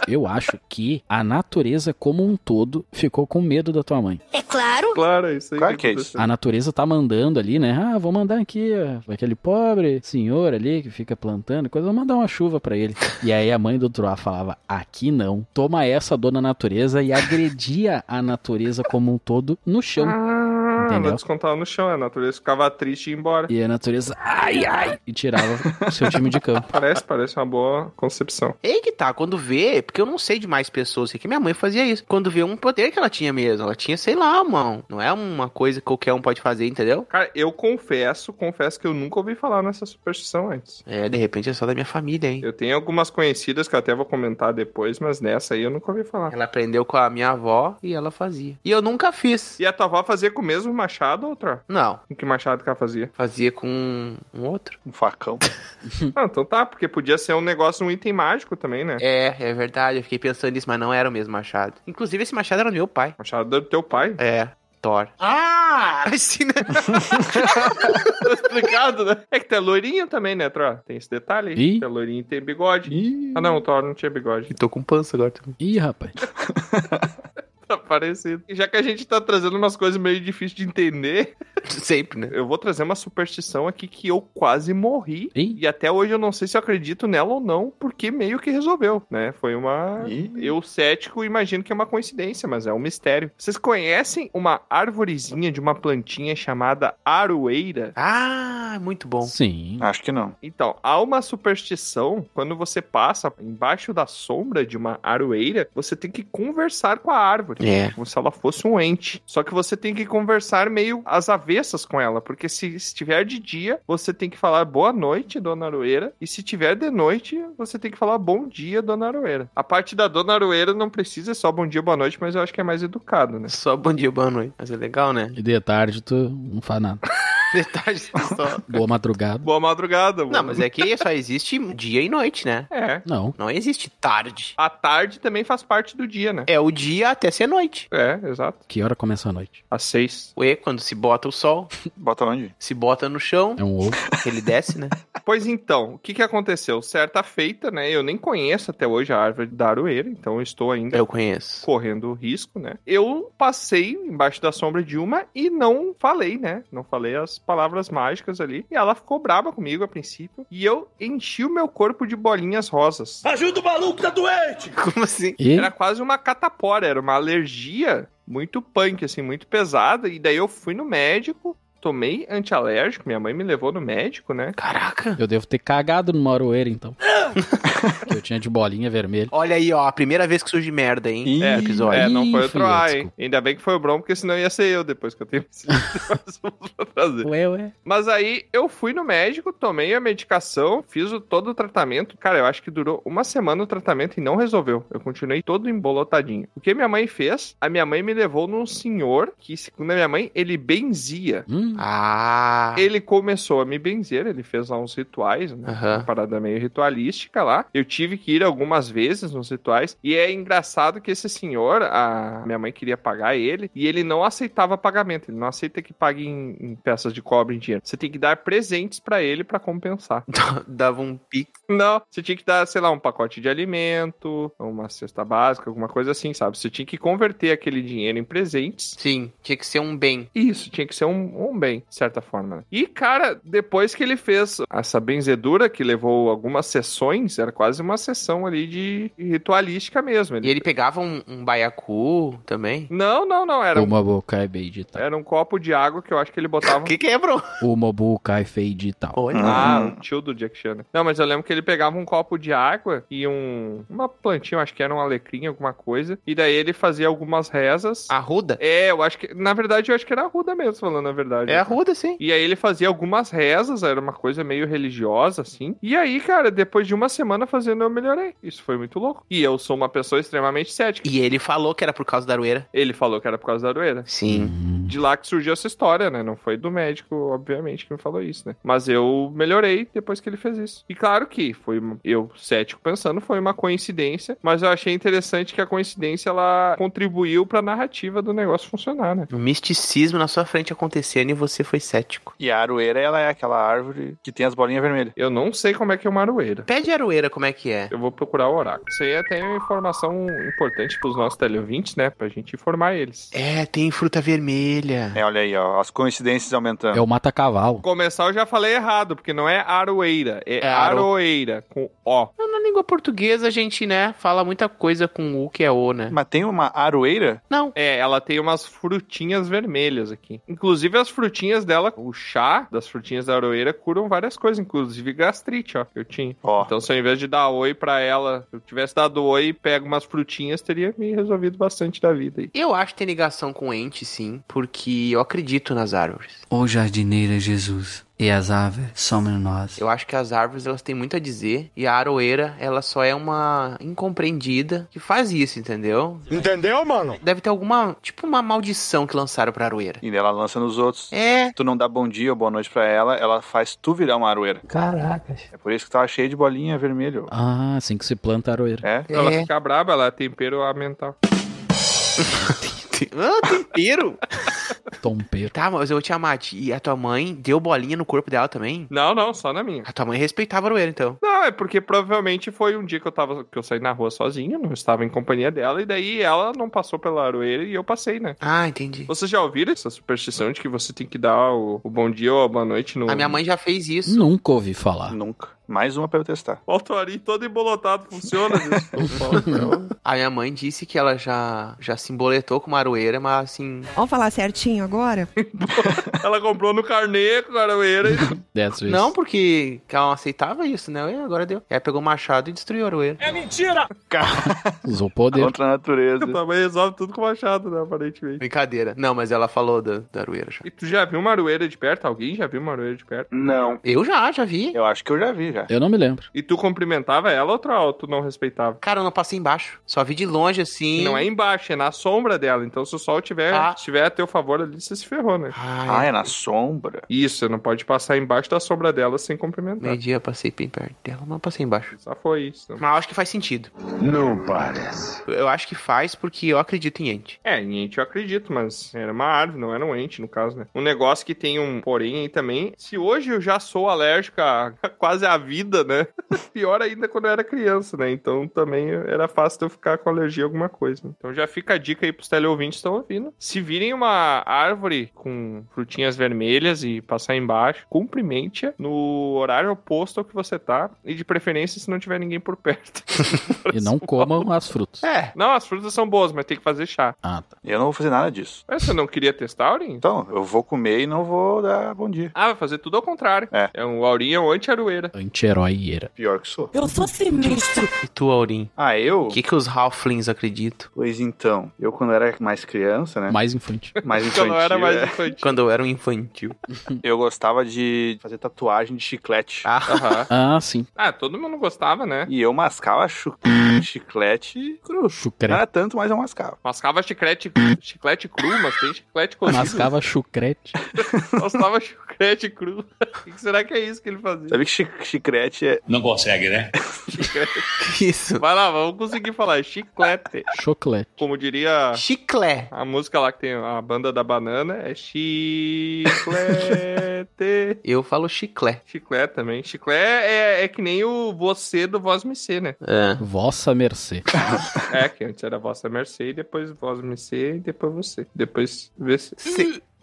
Speaker 4: Eu acho que a natureza como um todo ficou com medo da tua mãe.
Speaker 13: É claro.
Speaker 1: Claro, isso aí.
Speaker 6: Claro que é isso.
Speaker 4: A natureza tá mandando ali, né? Ah, vou mandar aqui ó, aquele pobre senhor ali que fica plantando coisa, vou mandar uma chuva pra ele. E aí a mãe do Troá falava: aqui não, toma essa dona natureza e agredia a natureza como um todo no chão.
Speaker 1: Ah,
Speaker 4: Entendeu?
Speaker 1: ela descontava no chão, a natureza ficava triste e ia embora.
Speaker 4: E a natureza, ai, ai, e tirava o seu time de campo.
Speaker 1: Parece, parece uma boa concepção.
Speaker 2: Ei que tá, quando vê, porque eu não sei de mais pessoas, sei que minha mãe fazia isso. Quando vê um poder que ela tinha mesmo, ela tinha, sei lá, mão. Não é uma coisa que qualquer um pode fazer, entendeu?
Speaker 1: Cara, eu confesso, confesso que eu nunca ouvi falar nessa superstição antes.
Speaker 2: É, de repente é só da minha família, hein?
Speaker 1: Eu tenho algumas conhecidas que eu até vou comentar depois, mas nessa aí eu nunca ouvi falar.
Speaker 2: Ela aprendeu com a minha avó e ela fazia. E eu nunca fiz.
Speaker 1: E a tua avó fazia com o mesmo machado, outra?
Speaker 2: Não,
Speaker 1: Com que machado que ela fazia?
Speaker 2: fazia com um outro.
Speaker 6: Um facão.
Speaker 4: Hum.
Speaker 1: Ah, então tá, porque podia ser um negócio, um item mágico também, né?
Speaker 2: É, é verdade, eu fiquei pensando nisso, mas não era o mesmo machado. Inclusive, esse machado era do meu pai.
Speaker 1: Machado do teu pai.
Speaker 2: É, Thor.
Speaker 13: Ah!
Speaker 2: Assim, né?
Speaker 1: Tá explicado, né? É que tu é loirinho também, né, Tro? Tem esse detalhe aí.
Speaker 4: Ih.
Speaker 1: Tu é loirinho e tem bigode.
Speaker 6: Ih,
Speaker 1: Ah, não, o Thor não tinha bigode.
Speaker 2: E tô com pança agora também.
Speaker 4: Ih, rapaz.
Speaker 1: Tá parecido. E já que a gente tá trazendo umas coisas meio difíceis de entender,
Speaker 2: Sempre, né?
Speaker 1: eu vou trazer uma superstição aqui que eu quase morri.
Speaker 4: Ih.
Speaker 1: E até hoje eu não sei se eu acredito nela ou não, porque meio que resolveu, né? Foi uma.
Speaker 6: Ih.
Speaker 1: Eu, cético, imagino que é uma coincidência, mas é um mistério. Vocês conhecem uma arvorezinha de uma plantinha chamada aroeira?
Speaker 2: Ah, muito bom.
Speaker 4: Sim.
Speaker 6: Acho que não.
Speaker 1: Então, há uma superstição quando você passa embaixo da sombra de uma aroeira, você tem que conversar com a árvore.
Speaker 2: É.
Speaker 1: Como se ela fosse um ente. Só que você tem que conversar meio às avessas com ela, porque se estiver de dia, você tem que falar boa noite, dona Aroeira, e se tiver de noite, você tem que falar bom dia, dona Aroeira. A parte da dona Aroeira não precisa é só bom dia, boa noite, mas eu acho que é mais educado, né?
Speaker 2: Só bom dia, boa noite. Mas é legal, né?
Speaker 4: E de tarde tu não faz nada.
Speaker 2: Detalhe só.
Speaker 4: Boa madrugada.
Speaker 1: Boa madrugada,
Speaker 2: Não,
Speaker 1: mano.
Speaker 2: mas é que só existe dia e noite, né?
Speaker 1: É.
Speaker 4: Não.
Speaker 2: Não existe tarde.
Speaker 1: A tarde também faz parte do dia, né?
Speaker 2: É o dia até ser noite.
Speaker 1: É, exato.
Speaker 4: Que hora começa a noite?
Speaker 1: Às seis.
Speaker 2: Ué, quando se bota o sol,
Speaker 6: Bota onde?
Speaker 2: se bota no chão,
Speaker 4: É um ovo.
Speaker 2: ele desce, né?
Speaker 1: Pois então, o que, que aconteceu? Certa feita, né? Eu nem conheço até hoje a árvore da aroeira, então eu estou ainda
Speaker 2: Eu conheço.
Speaker 1: correndo risco, né? Eu passei embaixo da sombra de uma e não falei, né? Não falei as palavras mágicas ali. E ela ficou braba comigo a princípio. E eu enchi o meu corpo de bolinhas rosas.
Speaker 12: Ajuda o maluco, tá doente!
Speaker 2: Como assim?
Speaker 4: E
Speaker 1: Era quase uma catapora, era uma alergia muito punk, assim, muito pesada. E daí eu fui no médico, tomei antialérgico, minha mãe me levou no médico, né?
Speaker 2: Caraca!
Speaker 4: eu devo ter cagado no Maroeira, então. que eu tinha de bolinha vermelha.
Speaker 2: Olha aí, ó, a primeira vez que surge merda, hein?
Speaker 6: Ih,
Speaker 2: no episódio.
Speaker 1: É, não foi o
Speaker 4: Ih,
Speaker 1: Troá,
Speaker 4: filhotes,
Speaker 1: hein? Ainda bem que foi o Brom, porque senão ia ser eu depois que eu tenho esse assunto pra trazer.
Speaker 4: Ué, ué.
Speaker 1: Mas aí eu fui no médico, tomei a medicação, fiz o- todo o tratamento. Cara, eu acho que durou uma semana o tratamento e não resolveu. Eu continuei todo embolotadinho. O que minha mãe fez? A minha mãe me levou num senhor que, segundo a minha mãe, ele benzia.
Speaker 4: Hum,
Speaker 2: Ah!
Speaker 1: Ele começou a me benzer, ele fez lá uns rituais, né?
Speaker 2: Aham.
Speaker 1: Uma parada meio ritualística lá. Eu tive que ir algumas vezes nos rituais. E é engraçado que esse senhor, a minha mãe queria pagar ele, e ele não aceitava pagamento. Ele não aceita que pague em, em peças de cobre, em dinheiro. Você tem que dar presentes pra ele pra compensar.
Speaker 2: Dava um pique.
Speaker 1: Não, você tinha que dar, sei lá, um pacote de alimento, uma cesta básica, alguma coisa assim, sabe? Você tinha que converter aquele dinheiro em presentes
Speaker 2: Sim, tinha que ser um bem.
Speaker 1: isso, tinha que ser um, um bem, de certa forma. né? E, cara, depois que ele fez essa benzedura, que levou algumas sessões, era quase uma sessão ali de ritualística mesmo.
Speaker 2: E
Speaker 1: Ele...
Speaker 2: ele pegava um, um baiacu também.
Speaker 1: Não, não, não, era, um-
Speaker 4: Uma boca é feidita.
Speaker 1: era um copo de água que eu acho que ele botava...
Speaker 2: O que quebrou?
Speaker 4: Uma boca é feidita.
Speaker 2: Olha.
Speaker 1: Ah,
Speaker 6: Uhum.
Speaker 1: o tio do Jack Chan. né? Não, mas eu lembro que ele pegava um copo de água e um... Uma plantinha, eu acho que era um alecrim, alguma coisa. E daí ele fazia algumas rezas.
Speaker 2: Arruda?
Speaker 1: É, eu acho que... Na verdade, eu acho que era a Ruda mesmo, falando a verdade.
Speaker 2: É arruda, sim.
Speaker 1: E aí ele fazia algumas rezas, era uma coisa meio religiosa, assim. E aí, cara, depois de uma semana fazendo, eu melhorei. Isso foi muito louco. E eu sou uma pessoa extremamente cética.
Speaker 2: E ele falou que era por causa da aroeira.
Speaker 1: Ele falou que era por causa da doeira.
Speaker 2: Sim.
Speaker 4: Hum.
Speaker 1: de lá que surgiu essa história, né? Não foi do médico, obviamente, que me falou isso, né? Mas eu melhorei depois que ele fez isso. E claro que foi uma- eu cético pensando, foi uma coincidência, mas eu achei interessante que a coincidência ela contribuiu pra narrativa do negócio funcionar, né?
Speaker 2: O misticismo na sua frente acontecendo e você foi cético.
Speaker 6: E a aroeira, ela é aquela árvore que tem as bolinhas vermelhas.
Speaker 1: Eu não sei como é que é uma aroeira.
Speaker 2: Pede aroeira, como é que é?
Speaker 1: Eu vou procurar o oráculo. Isso aí é até uma informação importante pros nossos teleouvintes, né? Pra gente informar eles.
Speaker 2: É, tem fruta vermelha.
Speaker 6: É, olha aí, ó, as coincidências aumentando.
Speaker 4: É o mata-cavalo.
Speaker 1: Começar eu já falei errado, porque não é aroeira, é,
Speaker 2: É aro-
Speaker 1: aroeira, com O.
Speaker 2: Na língua portuguesa, a gente, né, fala muita coisa com U que é O, né?
Speaker 6: Mas tem uma aroeira?
Speaker 2: Não.
Speaker 1: É, ela tem umas frutinhas vermelhas aqui. Inclusive, as frutinhas dela, o chá das frutinhas da aroeira curam várias coisas, inclusive gastrite, ó, que eu tinha.
Speaker 6: Ó,
Speaker 1: Então, se ao invés de dar oi pra ela, se eu tivesse dado oi e pego umas frutinhas, teria me resolvido bastante da vida aí.
Speaker 2: Eu acho que tem ligação com ente, sim, porque eu acredito nas árvores.
Speaker 13: O jardineiro é Jesus, e as aves somos nós.
Speaker 2: Eu acho que as árvores, elas têm muito a dizer, e a aroeira, ela só é uma incompreendida que faz isso, entendeu?
Speaker 12: Entendeu, mano?
Speaker 2: Deve ter alguma, tipo uma maldição que lançaram pra aroeira.
Speaker 6: e ela lança nos outros.
Speaker 2: É,
Speaker 6: Tu não dá bom dia ou boa noite pra ela, ela faz tu virar uma aroeira.
Speaker 9: Caracas.
Speaker 6: É por isso que tava cheio de bolinha vermelha. ó.
Speaker 4: Ah, assim que se planta a aroeira.
Speaker 6: É?
Speaker 1: Ela
Speaker 2: É.
Speaker 1: fica braba, ela tempero a mental.
Speaker 2: ah, tempero.
Speaker 4: Tompeiro.
Speaker 2: tá, mas eu te amate. E a tua mãe deu bolinha no corpo dela também?
Speaker 1: Não, não, só na minha.
Speaker 2: A tua mãe respeitava a aroeira, então.
Speaker 1: Não, é porque provavelmente foi um dia que eu tava que eu saí na rua sozinho, não estava em companhia dela, e daí ela não passou pela aroeira e eu passei, né?
Speaker 2: Ah, entendi.
Speaker 1: Vocês já ouviram essa superstição de que você tem que dar o, o bom dia ou a boa noite no.
Speaker 2: A minha mãe já fez isso.
Speaker 4: Nunca ouvi falar.
Speaker 6: Nunca. Mais uma pra eu testar.
Speaker 1: O altarim todo embolotado funciona, né? gente. Eu falo, não.
Speaker 2: A minha mãe disse que ela já, já se emboletou com uma aroeira, mas assim.
Speaker 10: Vamos falar certinho agora?
Speaker 1: Ela comprou no carnê com a aroeira. e-
Speaker 4: Dessas vezes.
Speaker 2: Não, porque ela não aceitava isso, né? E agora deu. E aí pegou o machado e destruiu a aroeira.
Speaker 1: É.
Speaker 4: Usou poder.
Speaker 6: Contra a natureza.
Speaker 1: Tua mãe resolve tudo com machado, né? Aparentemente.
Speaker 2: Brincadeira. Não, mas ela falou da, da aroeira já.
Speaker 1: E tu já viu uma aroeira de perto? Alguém já viu uma aroeira de perto?
Speaker 2: Hum.
Speaker 6: Não.
Speaker 2: Eu já, já vi.
Speaker 6: Eu acho que eu já vi, já.
Speaker 4: Eu não me lembro.
Speaker 1: E tu cumprimentava ela ou tu- ou tu não respeitava?
Speaker 2: Cara, eu não passei embaixo. Só vi de longe assim.
Speaker 1: Não é embaixo, é na sombra dela. Então se o sol tiver,
Speaker 2: Ah.
Speaker 1: tiver a teu favor ali, você se ferrou, né?
Speaker 6: Ah,
Speaker 2: Ai,
Speaker 6: é na sombra?
Speaker 1: Isso, você não pode passar embaixo da sombra dela sem cumprimentar.
Speaker 2: meio-dia eu passei bem perto dela, mas não passei embaixo.
Speaker 1: Só foi isso.
Speaker 2: Mas eu acho que faz sentido.
Speaker 12: Não parece.
Speaker 2: Eu acho que faz porque eu acredito em ente.
Speaker 1: É, em ente eu acredito, mas era uma árvore, não era um ente, no caso, né? Um negócio que tem um porém aí também. Se hoje eu já sou alérgico a a quase a vida, né? Pior ainda quando eu era criança, né? Então também era fácil de eu ficar com alergia a alguma coisa. né? Então já fica a dica aí pros teleouvintes que estão ouvindo. Se virem uma árvore com frutinhas vermelhas e passar embaixo, cumprimente-a no horário oposto ao que você tá. E de preferência se não tiver ninguém por perto.
Speaker 4: E não comam as frutas.
Speaker 2: É.
Speaker 1: Não, as frutas são boas, mas tem que fazer chá.
Speaker 4: Ah, tá.
Speaker 6: Eu não vou fazer nada disso.
Speaker 1: Mas você não queria testar, Aurim?
Speaker 6: Então, eu vou comer e não vou dar bom dia.
Speaker 1: Ah, vai fazer tudo ao contrário.
Speaker 6: É.
Speaker 1: um, o Aurinho é um anti-aroeira.
Speaker 4: Anti-herói
Speaker 6: Pior que sou.
Speaker 10: Eu sou sinistro.
Speaker 2: E tu, Aurim?
Speaker 6: Ah, eu?
Speaker 2: O que, que os Halflings acreditam?
Speaker 6: Pois então, eu quando era mais criança,
Speaker 2: É.
Speaker 6: né?
Speaker 4: Mais em frente.
Speaker 6: Mais
Speaker 1: Porque eu
Speaker 6: infantil,
Speaker 1: não era mais
Speaker 6: é,
Speaker 1: infantil.
Speaker 2: Quando eu era um infantil.
Speaker 6: eu gostava de fazer tatuagem de chiclete.
Speaker 2: Ah.
Speaker 1: Aham.
Speaker 4: Ah, sim.
Speaker 1: Ah, todo mundo gostava, né?
Speaker 6: E eu mascava chu- chiclete cru. Não
Speaker 4: Chucrete.
Speaker 6: era tanto, mas eu mascava.
Speaker 1: Mascava chiclete, chiclete cru, mas tem chiclete
Speaker 2: Ah,
Speaker 1: cozido.
Speaker 4: Mascava chucrete.
Speaker 1: Gostava chiclete cru. O que será que é isso que ele fazia?
Speaker 6: Sabe que chi- chiclete é.
Speaker 12: Não consegue, né?
Speaker 2: Que Isso.
Speaker 1: Vai lá, vamos conseguir falar. é Chiclete.
Speaker 4: Choclete.
Speaker 1: Como diria
Speaker 2: Chiclé.
Speaker 1: a música lá que tem a banda da banana, é chiclete.
Speaker 2: Eu falo chiclé.
Speaker 1: Chiclé também. Chiclé é, é que nem o você do Voz MC, né?
Speaker 2: É.
Speaker 4: Vossa mercê.
Speaker 1: É, que antes era Vossa Mercê, e depois Voz MC, e depois você. Depois VC.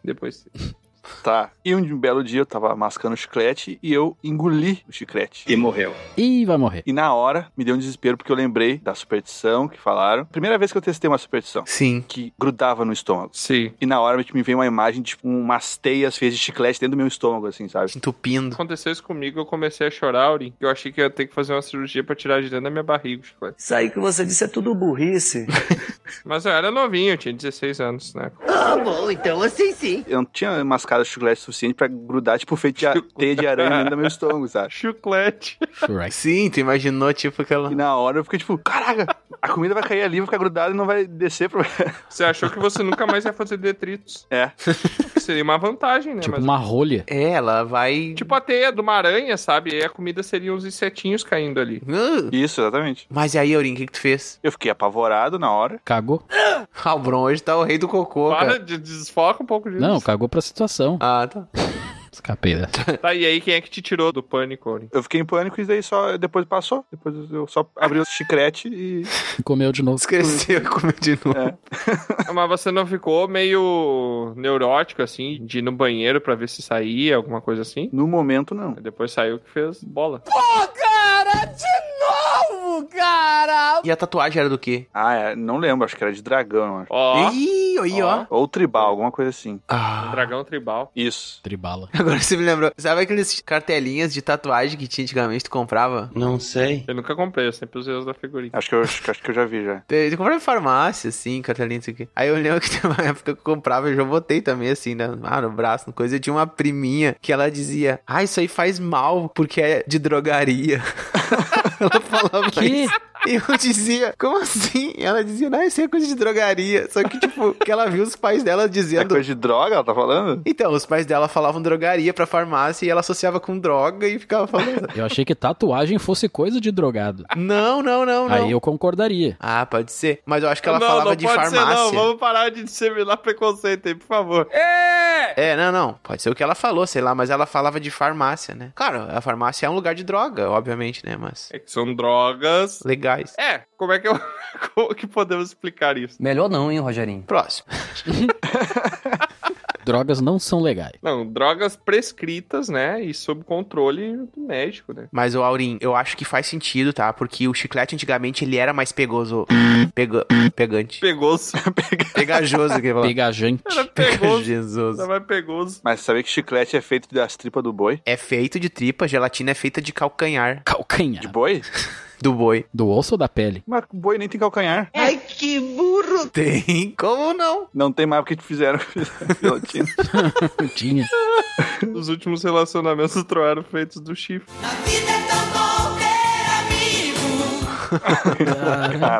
Speaker 1: Depois C.
Speaker 6: Tá. E um belo dia eu tava mascando chiclete e eu engoli o chiclete.
Speaker 12: E morreu.
Speaker 4: Ih, vai morrer.
Speaker 6: E na hora me deu um desespero porque eu lembrei da superstição que falaram. Primeira vez que eu testei uma superstição
Speaker 2: Sim.
Speaker 6: que grudava no estômago.
Speaker 1: Sim.
Speaker 6: E na hora me veio uma imagem de tipo, umas teias feias de chiclete dentro do meu estômago, assim, sabe?
Speaker 2: Entupindo.
Speaker 1: Aconteceu isso comigo, eu comecei a chorar, Aurim, que eu achei que eu ia ter que fazer uma cirurgia pra tirar de dentro da minha barriga o chiclete.
Speaker 13: Isso aí que você disse é tudo burrice.
Speaker 1: Mas eu era novinho, eu tinha 16 anos, né?
Speaker 6: Eu não tinha mascado cada chiclete suficiente pra grudar, tipo, feito de a- teia de aranha dentro do meu estômago, sabe?
Speaker 1: Chiclete.
Speaker 2: Sim, tu imaginou, tipo, aquela.
Speaker 6: E na hora eu fiquei tipo, caraca, a comida vai cair ali, vai ficar grudada e não vai descer pro.
Speaker 1: Você achou que você nunca mais ia fazer detritos.
Speaker 6: É.
Speaker 1: Seria uma vantagem, né?
Speaker 4: Tipo
Speaker 1: Mas-
Speaker 4: uma rolha.
Speaker 2: É, ela vai.
Speaker 1: Tipo a teia de uma aranha, sabe? E a comida seria uns insetinhos caindo ali.
Speaker 6: Isso, exatamente.
Speaker 2: Mas e aí, Aurim, o que, que tu fez?
Speaker 6: Eu fiquei apavorado na hora.
Speaker 4: Cagou?
Speaker 2: Ah, o Bron hoje tá o rei do cocô,
Speaker 1: Para,
Speaker 2: cara.
Speaker 1: de, desfoca um pouco disso.
Speaker 4: Não, cagou pra situação.
Speaker 2: Ah, tá.
Speaker 4: Escapei dessa.
Speaker 1: Tá, e aí quem é que te tirou do pânico, Ori?
Speaker 6: Eu fiquei em pânico e daí só depois passou. Depois eu só abri o chiclete e.
Speaker 4: Comeu de novo.
Speaker 2: Esqueceu e comeu de novo.
Speaker 1: Mas você não ficou meio neurótico, assim, de ir no banheiro pra ver se saía, alguma coisa assim?
Speaker 6: No momento, não.
Speaker 1: Depois saiu que fez bola.
Speaker 5: Cara, de novo, cara!
Speaker 2: É. E a tatuagem era do quê?
Speaker 6: Ah, é, não lembro, acho que era de dragão, eu acho.
Speaker 1: Ó,
Speaker 2: Ih, aí, ó. Ah,
Speaker 6: Ou tribal, alguma coisa assim.
Speaker 1: um dragão tribal.
Speaker 6: Isso.
Speaker 4: Tribala.
Speaker 2: Agora você me lembrou. Sabe aqueles cartelinhas de tatuagem que tinha antigamente, tu comprava?
Speaker 13: Não sei.
Speaker 1: Eu nunca comprei, eu sempre usei os da
Speaker 2: É
Speaker 1: figurinha.
Speaker 6: Acho que eu, acho que eu já vi já. É
Speaker 2: Eu eu comprava em farmácia, assim, cartelinha, não sei o quê. Aí eu lembro que teve uma época que eu comprava, eu já botei também, assim, né? ah, no braço, no coisa. Eu tinha uma priminha que ela dizia, ah, isso aí faz mal, porque é de drogaria. ela falava
Speaker 4: Que?
Speaker 2: isso. E eu dizia, como assim? E ela dizia, não, isso aí é coisa de drogaria. Só que, tipo, que ela viu os pais dela
Speaker 6: É
Speaker 2: dizendo...
Speaker 6: coisa de droga, ela tá falando?
Speaker 2: Então, os pais dela falavam drogaria pra farmácia e ela associava com droga e ficava falando...
Speaker 4: Eu achei que tatuagem fosse coisa de drogado.
Speaker 2: Não, não, não, não.
Speaker 4: Aí eu concordaria.
Speaker 2: Ah, pode ser. Mas eu acho que ela
Speaker 1: não,
Speaker 2: falava
Speaker 1: não
Speaker 2: de
Speaker 1: pode
Speaker 2: farmácia.
Speaker 1: ser, não. Vamos parar de disseminar preconceito aí, por favor.
Speaker 2: É, não, não. Pode ser o que ela falou, sei lá, mas ela falava de farmácia, né? Claro, a farmácia é um lugar de droga, obviamente, né? Mas.
Speaker 1: É que são drogas.
Speaker 2: Legais.
Speaker 1: É, como é que, eu, como que podemos explicar isso?
Speaker 2: Né?
Speaker 13: Melhor não, hein, Rogerinho?
Speaker 2: Próximo.
Speaker 4: Drogas não são legais.
Speaker 1: Não, drogas prescritas, né? E sob controle do médico, né?
Speaker 2: Mas, o Aurim, eu acho que faz sentido, tá? Porque o chiclete antigamente ele era mais pegoso. Pega... Pegante.
Speaker 1: Pegoso.
Speaker 2: Pegajoso, que ele falou.
Speaker 4: Pegajante.
Speaker 1: Era pegoso.
Speaker 2: Jesus.
Speaker 1: Tava pegoso.
Speaker 6: Mas saber que chiclete é feito das tripas do boi?
Speaker 2: É feito de tripa, gelatina é feita de calcanhar
Speaker 4: Calcanhar.
Speaker 6: De boi?
Speaker 2: do boi.
Speaker 4: Do osso ou da pele?
Speaker 6: Mas o boi nem tem calcanhar.
Speaker 10: Ai, que burro!
Speaker 2: Tem como não?
Speaker 6: Não tem mais porque te fizeram gelatina.
Speaker 4: Tinha.
Speaker 1: Os últimos relacionamentos troaram feitos do chifre.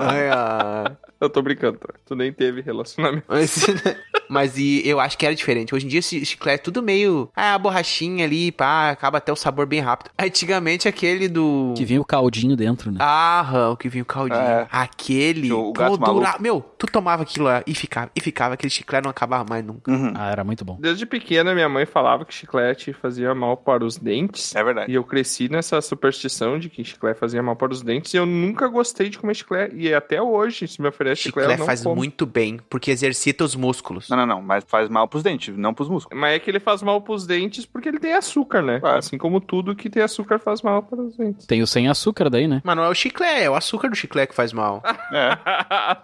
Speaker 2: Ai, ai.
Speaker 1: Eu tô brincando, tá? tu nem teve relacionamento.
Speaker 2: Mas, mas e eu acho que era diferente. Hoje em dia esse chiclete é tudo meio. Ah, a borrachinha ali, pá, acaba até o sabor bem rápido. Antigamente aquele do.
Speaker 4: Que vinha o caldinho dentro, né?
Speaker 2: Ah, o que vinha o caldinho.
Speaker 6: É.
Speaker 2: Aquele.
Speaker 6: O
Speaker 2: pô,
Speaker 6: gato
Speaker 2: dura-
Speaker 6: maluco.
Speaker 2: Meu, tu tomava aquilo lá e ficava, e ficava. Aquele chiclete não acabava mais nunca.
Speaker 6: Uhum.
Speaker 4: Ah, era muito bom.
Speaker 1: Desde pequena, minha mãe falava que chiclete fazia mal para os dentes.
Speaker 6: É verdade.
Speaker 1: E eu cresci nessa superstição de que chiclete fazia mal para os dentes. E eu nunca gostei de comer chiclete. E até hoje, se me oferece chiclete, eu
Speaker 2: Chiclete
Speaker 1: não
Speaker 2: faz
Speaker 1: como.
Speaker 2: muito bem, porque exercita os músculos.
Speaker 6: Não, não, não. Mas faz mal pros dentes, não pros músculos.
Speaker 1: Mas é que ele faz mal pros dentes porque ele tem açúcar, né?
Speaker 6: Claro.
Speaker 1: Assim como tudo que tem açúcar faz mal para os dentes.
Speaker 4: Tem o sem açúcar daí, né?
Speaker 2: Mas não é o chiclete, é o açúcar do chiclete que faz mal.
Speaker 6: É.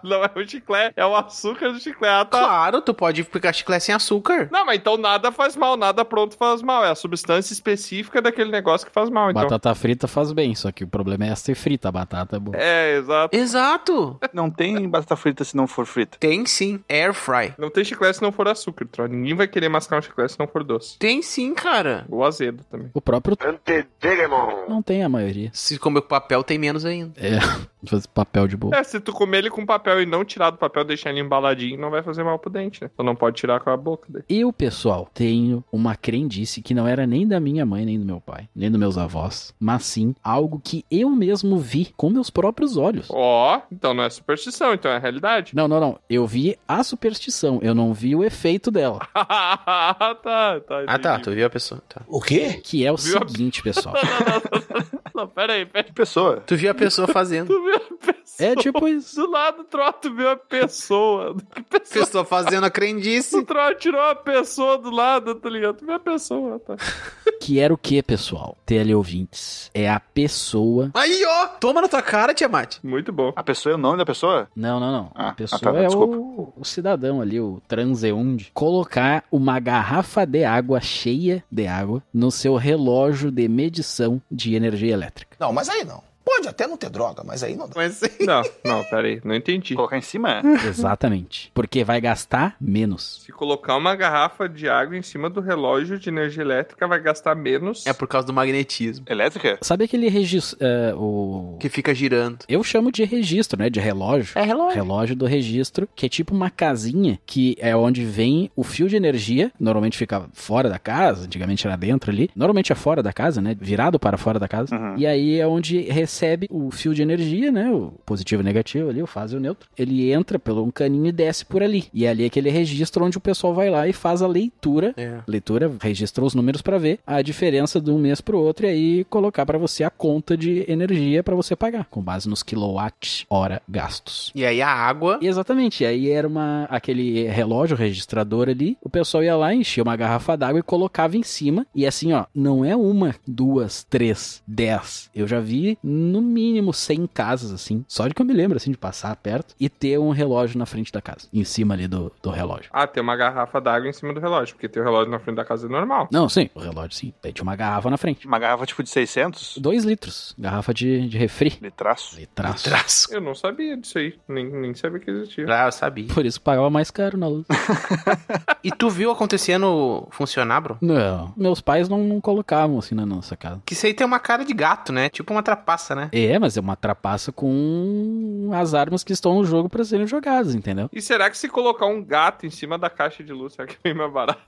Speaker 1: não é o chiclete, é o açúcar do chiclete. Ah, tá.
Speaker 2: Claro, tu pode ficar chiclete sem açúcar.
Speaker 1: Não, mas então nada faz mal, nada pronto faz mal. É a substância específica daquele negócio que faz mal, então.
Speaker 4: Batata frita faz bem, só que o problema é ser frita a batata. É boa.
Speaker 1: É, exato.
Speaker 2: Exato.
Speaker 6: Não tem batata frita se não for frita.
Speaker 2: Tem sim. Air fry.
Speaker 1: Não tem chiclete se não for açúcar, Tro. Ninguém vai querer mascar um chiclete se não for doce.
Speaker 2: Tem sim, cara.
Speaker 1: Ou azedo também.
Speaker 4: O próprio não tem a maioria.
Speaker 2: Se comer com papel, tem menos ainda.
Speaker 4: É, fazer papel de boa.
Speaker 1: É, se tu comer ele com papel e não tirar do papel, deixar ele embaladinho, não vai fazer mal pro dente, né? Tu não pode tirar com a boca dele.
Speaker 4: Eu, pessoal, tenho uma crendice que não era nem da minha mãe, nem do meu pai, nem dos meus avós, mas sim algo que eu mesmo vi com meus próprios olhos.
Speaker 1: Ó, então não é superstição, então é realidade.
Speaker 4: Não, não, não. Eu vi a superstição, eu não vi o efeito dela.
Speaker 1: Ah, tá, tá.
Speaker 2: Ah, tá.
Speaker 1: entendi.
Speaker 2: Tu viu a pessoa. Tá.
Speaker 9: O quê?
Speaker 4: Que é o
Speaker 1: Viu?
Speaker 4: seguinte, pessoal.
Speaker 1: Não, pera aí, pera aí.
Speaker 6: Que pessoa.
Speaker 2: Tu viu a pessoa fazendo.
Speaker 1: Tu viu a pessoa?
Speaker 4: É tipo isso.
Speaker 1: Do lado, Tro, tu viu a pessoa. Que pessoa?
Speaker 2: pessoa fazendo a crendice.
Speaker 1: O Tro tirou a pessoa do lado, tá ligado? Tu viu a pessoa, tá?
Speaker 4: Que era o que, pessoal? Teleouvintes. É a pessoa.
Speaker 2: Aí, ó. Toma na tua cara, Tiamat.
Speaker 1: Muito bom.
Speaker 6: A pessoa é o nome da pessoa?
Speaker 4: Não, não, não.
Speaker 6: Ah,
Speaker 4: a pessoa
Speaker 6: ah, tá,
Speaker 4: é
Speaker 6: desculpa.
Speaker 4: o, o cidadão ali, o transeunde. Colocar uma garrafa de água cheia de água no seu relógio de medição de energia elétrica.
Speaker 9: Não, mas aí não.
Speaker 14: Pode até não ter droga, mas aí não dá.
Speaker 1: Mas Não, não, peraí, não entendi.
Speaker 6: Colocar em cima?
Speaker 4: Exatamente. Porque vai gastar menos.
Speaker 1: Se colocar uma garrafa de água em cima do relógio de energia elétrica, vai gastar menos.
Speaker 2: É por causa do magnetismo.
Speaker 6: Elétrica?
Speaker 4: Sabe aquele registro. é, o...
Speaker 2: Que fica girando.
Speaker 4: Eu chamo de registro, né? De relógio.
Speaker 2: É relógio.
Speaker 4: Relógio do registro, que é tipo uma casinha que é onde vem o fio de energia. Normalmente fica fora da casa, antigamente era dentro ali. Normalmente é fora da casa, né? Virado para fora da casa.
Speaker 6: Uhum.
Speaker 4: E aí é onde recebe o fio de energia, né? O positivo e negativo ali, o fase e o neutro. Ele entra pelo um caninho e desce por ali. E é ali aquele registro onde o pessoal vai lá e faz a leitura. Leitura, registra os números para ver a diferença de um mês pro outro e aí colocar para você a conta de energia para você pagar, com base nos quilowatt-hora gastos.
Speaker 2: E aí a água.
Speaker 4: Exatamente, e aí era uma, aquele relógio registrador ali, o pessoal ia lá, enchia uma garrafa d'água e colocava em cima, e assim, ó, não é uma, duas, três, dez. Eu já vi no mínimo 100 casas assim, só de que eu me lembro assim de passar perto e ter um relógio na frente da casa, em cima ali do, do relógio.
Speaker 1: Ah, tem uma garrafa d'água em cima do relógio, porque tem o relógio na frente da casa é normal.
Speaker 4: Não, sim, o relógio sim, Daí tinha uma garrafa na frente.
Speaker 6: Uma garrafa tipo de 600?
Speaker 4: 2 litros, garrafa de, de refri.
Speaker 6: Litraço.
Speaker 4: Litraço.
Speaker 1: Eu não sabia disso aí, nem, nem sabia que existia.
Speaker 2: Ah, eu sabia.
Speaker 4: Por isso pagava mais caro na luz.
Speaker 2: E tu viu acontecendo funcionar, bro?
Speaker 4: não, meus pais não, não colocavam assim na nossa casa.
Speaker 2: Que isso aí tem uma cara de gato, né? Tipo uma trapaça, né?
Speaker 4: É, mas é uma trapaça com as armas que estão no jogo para serem jogadas, entendeu?
Speaker 1: E será que se colocar um gato em cima da caixa de luz, será que é bem mais barato?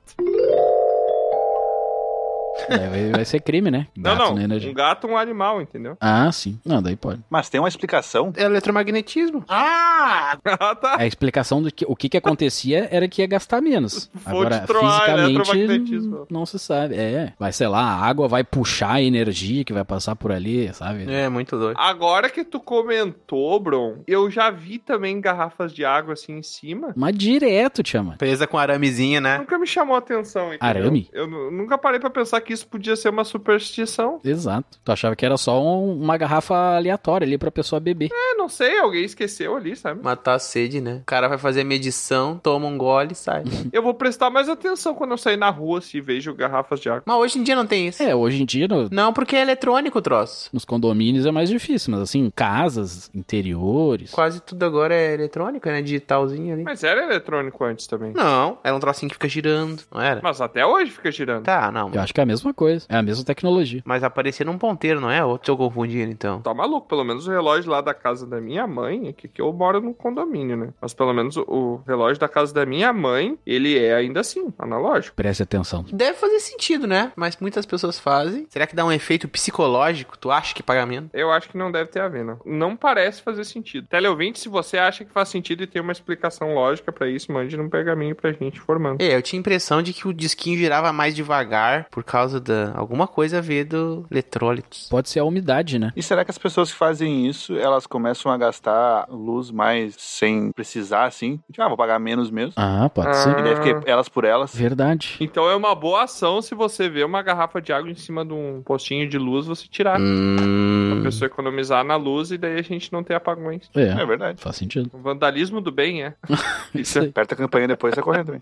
Speaker 4: É, vai, vai ser crime, né? Gato
Speaker 1: não, não.
Speaker 4: na energia.
Speaker 1: Um gato, um animal, entendeu?
Speaker 4: Ah, sim. Não, daí pode.
Speaker 6: Mas tem uma explicação?
Speaker 2: É eletromagnetismo.
Speaker 1: Ah! tá.
Speaker 4: A explicação do que o que, que acontecia era que ia gastar menos.
Speaker 1: Vou né,
Speaker 4: Agora,
Speaker 1: te trollar,
Speaker 4: fisicamente,
Speaker 1: eletromagnetismo.
Speaker 4: não se sabe. É, vai, sei lá, a água vai puxar a energia que vai passar por ali, sabe?
Speaker 2: É, muito doido.
Speaker 1: Agora que tu comentou, Bron, eu já vi também garrafas de água assim em cima.
Speaker 4: Mas direto, chama.
Speaker 2: Presa com aramezinha, né?
Speaker 1: Nunca me chamou a atenção. entendeu?
Speaker 4: É. Arame?
Speaker 1: Eu nu- nunca parei pra pensar que isso podia ser uma superstição.
Speaker 4: Exato. Tu achava que era só um- uma garrafa aleatória ali pra pessoa beber.
Speaker 1: É, não sei, alguém esqueceu ali, sabe?
Speaker 2: Matar a sede, né? O cara vai fazer a medição, toma um gole e sai.
Speaker 1: Eu vou prestar mais atenção quando eu sair na rua se vejo garrafas de água.
Speaker 2: Mas hoje em dia não tem isso.
Speaker 4: É, hoje em dia no-
Speaker 2: Não, porque é eletrônico o troço.
Speaker 4: nos condomínios é mais difícil, mas assim, em casas, interiores.
Speaker 2: Quase tudo agora é eletrônico, né? Digitalzinho ali.
Speaker 1: Mas era eletrônico antes também.
Speaker 2: Não, era um trocinho que fica girando, não era?
Speaker 1: Mas até hoje fica girando.
Speaker 2: Tá, não.
Speaker 4: Eu acho que é a mesma coisa. É a mesma tecnologia.
Speaker 2: Mas aparecendo um ponteiro, não é? Ou tô confundindo, então.
Speaker 1: Tá maluco, pelo menos o relógio lá da casa da minha mãe, que, que eu moro num condomínio, né? Mas pelo menos o, o relógio da casa da minha mãe, ele é ainda assim, analógico.
Speaker 4: Preste atenção.
Speaker 2: Deve fazer sentido, né? Mas muitas pessoas fazem. Será que dá um efeito psicológico? Tu acha que pagamento?
Speaker 1: Eu acho que não deve ter a ver, não. Não parece fazer sentido. Teleouvinte, se você acha que faz sentido e tem uma explicação lógica pra isso, mande num pergaminho pra gente formando.
Speaker 2: É, eu tinha a impressão de que o disquinho girava mais devagar por causa da alguma coisa a ver do eletrólito.
Speaker 4: Pode ser a umidade, né?
Speaker 6: E será que as pessoas que fazem isso, elas começam a gastar luz mais sem precisar, assim? Tipo, ah, vou pagar menos mesmo.
Speaker 4: Ah, pode ser.
Speaker 6: E daí fica elas por elas.
Speaker 4: Verdade.
Speaker 1: Então é uma boa ação se você vê uma garrafa de água em cima de um postinho de luz, você tirar. Pra
Speaker 2: Hum.
Speaker 1: pessoa economizar na luz e daí a gente não ter apagões.
Speaker 4: É,
Speaker 6: É verdade.
Speaker 4: faz sentido.
Speaker 1: O vandalismo do bem, é.
Speaker 4: Isso é. aí.
Speaker 6: Aperta a campanha depois tá correndo também.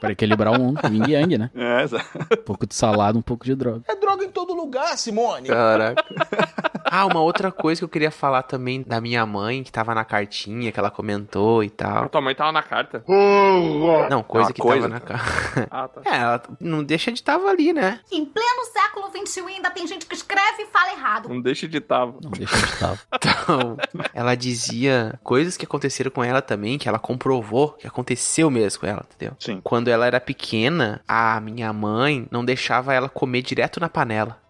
Speaker 4: Pra equilibrar o mundo. Yin e Yang, né?
Speaker 6: É, exato.
Speaker 4: Um pouco de salada, um pouco de droga.
Speaker 14: É droga em todo lugar, Simone.
Speaker 2: Caraca. Ah, uma outra coisa que eu queria falar também da minha mãe, que tava na cartinha, que ela comentou e
Speaker 1: A
Speaker 6: Ah.
Speaker 2: tal.
Speaker 1: tua mãe tava na carta.
Speaker 2: Não, coisa
Speaker 6: Não,
Speaker 2: que
Speaker 6: É coisa,
Speaker 2: tava na cara.
Speaker 1: Ah, tá.
Speaker 2: É, ela não deixa de tava ali, né?
Speaker 15: Em pleno século XXI ainda tem gente que escreve e fala errado.
Speaker 1: Não deixa de tá. tava.
Speaker 4: Não deixa de estar.
Speaker 2: Então, ela dizia coisas que aconteceram com ela também, que ela comprovou que aconteceu mesmo com ela, entendeu?
Speaker 6: Sim.
Speaker 2: Quando ela era pequena, a minha mãe não deixava ela comer direto na panela.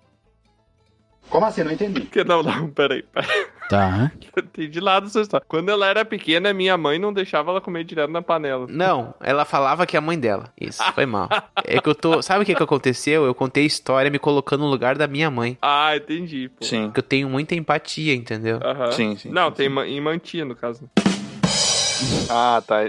Speaker 12: Como assim? Não entendi.
Speaker 1: Porque não, não, peraí, peraí.
Speaker 4: Tá.
Speaker 1: Eu Entendi de lado essa história. Quando ela era pequena, minha mãe não deixava ela comer direto na panela.
Speaker 2: Não, ela falava que é a mãe dela. Isso, foi mal. É que eu tô. Sabe o que, que aconteceu? Eu contei a história me colocando no lugar da minha mãe.
Speaker 1: Ah, entendi, pô.
Speaker 6: Sim.
Speaker 2: Que eu tenho muita empatia, entendeu?
Speaker 1: Aham.
Speaker 6: Sim, sim.
Speaker 1: Não,
Speaker 6: sim,
Speaker 1: tem
Speaker 6: sim.
Speaker 1: ma- em mantia, no caso.
Speaker 6: Ah, tá.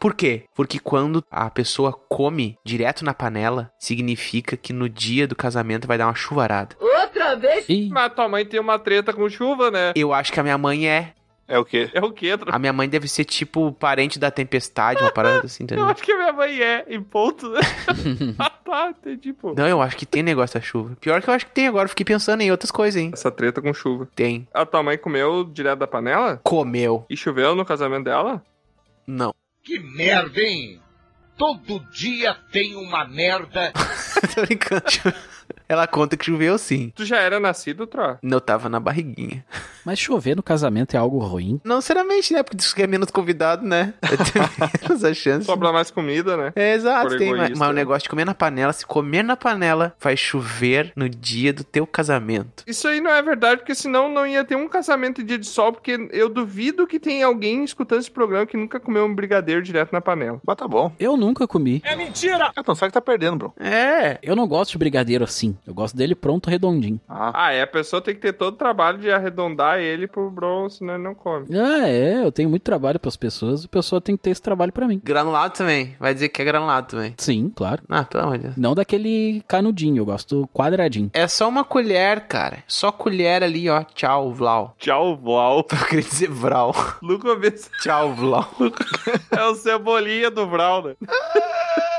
Speaker 2: Por quê? Porque quando a pessoa come direto na panela, significa que no dia do casamento vai dar uma chuvarada.
Speaker 5: Outra vez?
Speaker 4: Ih,
Speaker 1: Mas tua mãe tem uma treta com chuva, né?
Speaker 2: Eu acho que a minha mãe é.
Speaker 6: É o quê?
Speaker 1: É o quê,
Speaker 2: A minha mãe deve ser tipo parente da tempestade, uma parada assim,
Speaker 1: Eu
Speaker 2: entendeu?
Speaker 1: acho que a minha mãe é, em ponto. ah, tá, entendi, pô.
Speaker 2: Não, eu acho que tem negócio da chuva. Pior que eu acho que tem agora, eu fiquei pensando em outras coisas, hein?
Speaker 1: Essa treta com chuva.
Speaker 2: Tem.
Speaker 1: A tua mãe comeu direto da panela?
Speaker 2: Comeu.
Speaker 1: E choveu no casamento dela?
Speaker 2: Não.
Speaker 16: Que merda, hein? Todo dia tem uma merda.
Speaker 2: Tô brincando. Ela conta que choveu sim.
Speaker 1: Tu já era nascido, Tro?
Speaker 2: Não, eu tava na barriguinha.
Speaker 4: Mas chover no casamento é algo ruim?
Speaker 2: Não, sinceramente, né? Porque diz que é menos convidado, né? Tem menos a chance.
Speaker 1: Sobra mais comida, né?
Speaker 2: É, exato,
Speaker 1: Por
Speaker 2: tem, mas,
Speaker 1: egoísta,
Speaker 2: mas o
Speaker 1: né?
Speaker 2: negócio de comer na panela, se comer na panela, vai chover no dia do teu casamento.
Speaker 1: Isso aí não é verdade, porque senão não ia ter um casamento em dia de sol, porque eu duvido que tenha alguém escutando esse programa que nunca comeu um brigadeiro direto na panela.
Speaker 6: Mas tá bom.
Speaker 4: Eu nunca comi.
Speaker 1: É mentira!
Speaker 6: Ah, então sabe que tá perdendo, bro.
Speaker 2: É.
Speaker 4: Eu não gosto de brigadeiro assim. Eu gosto dele pronto, redondinho.
Speaker 1: Ah, é, a pessoa tem que ter todo o trabalho de arredondar ele pro bronze, senão ele não come.
Speaker 4: Ah, é, eu tenho muito trabalho pras pessoas, a pessoa tem que ter esse trabalho pra mim.
Speaker 2: Granulado também. Vai dizer que é granulado também.
Speaker 4: Sim, claro.
Speaker 2: Ah, pelo amor de Deus.
Speaker 4: Não daquele canudinho, eu gosto quadradinho.
Speaker 2: É só uma colher, cara. Só colher ali, ó. Tchau, Vlau.
Speaker 1: Tchau, Vlau.
Speaker 2: Eu queria dizer Vral.
Speaker 1: No começo.
Speaker 2: Tchau, Vlau.
Speaker 1: É o cebolinha do Brown, né?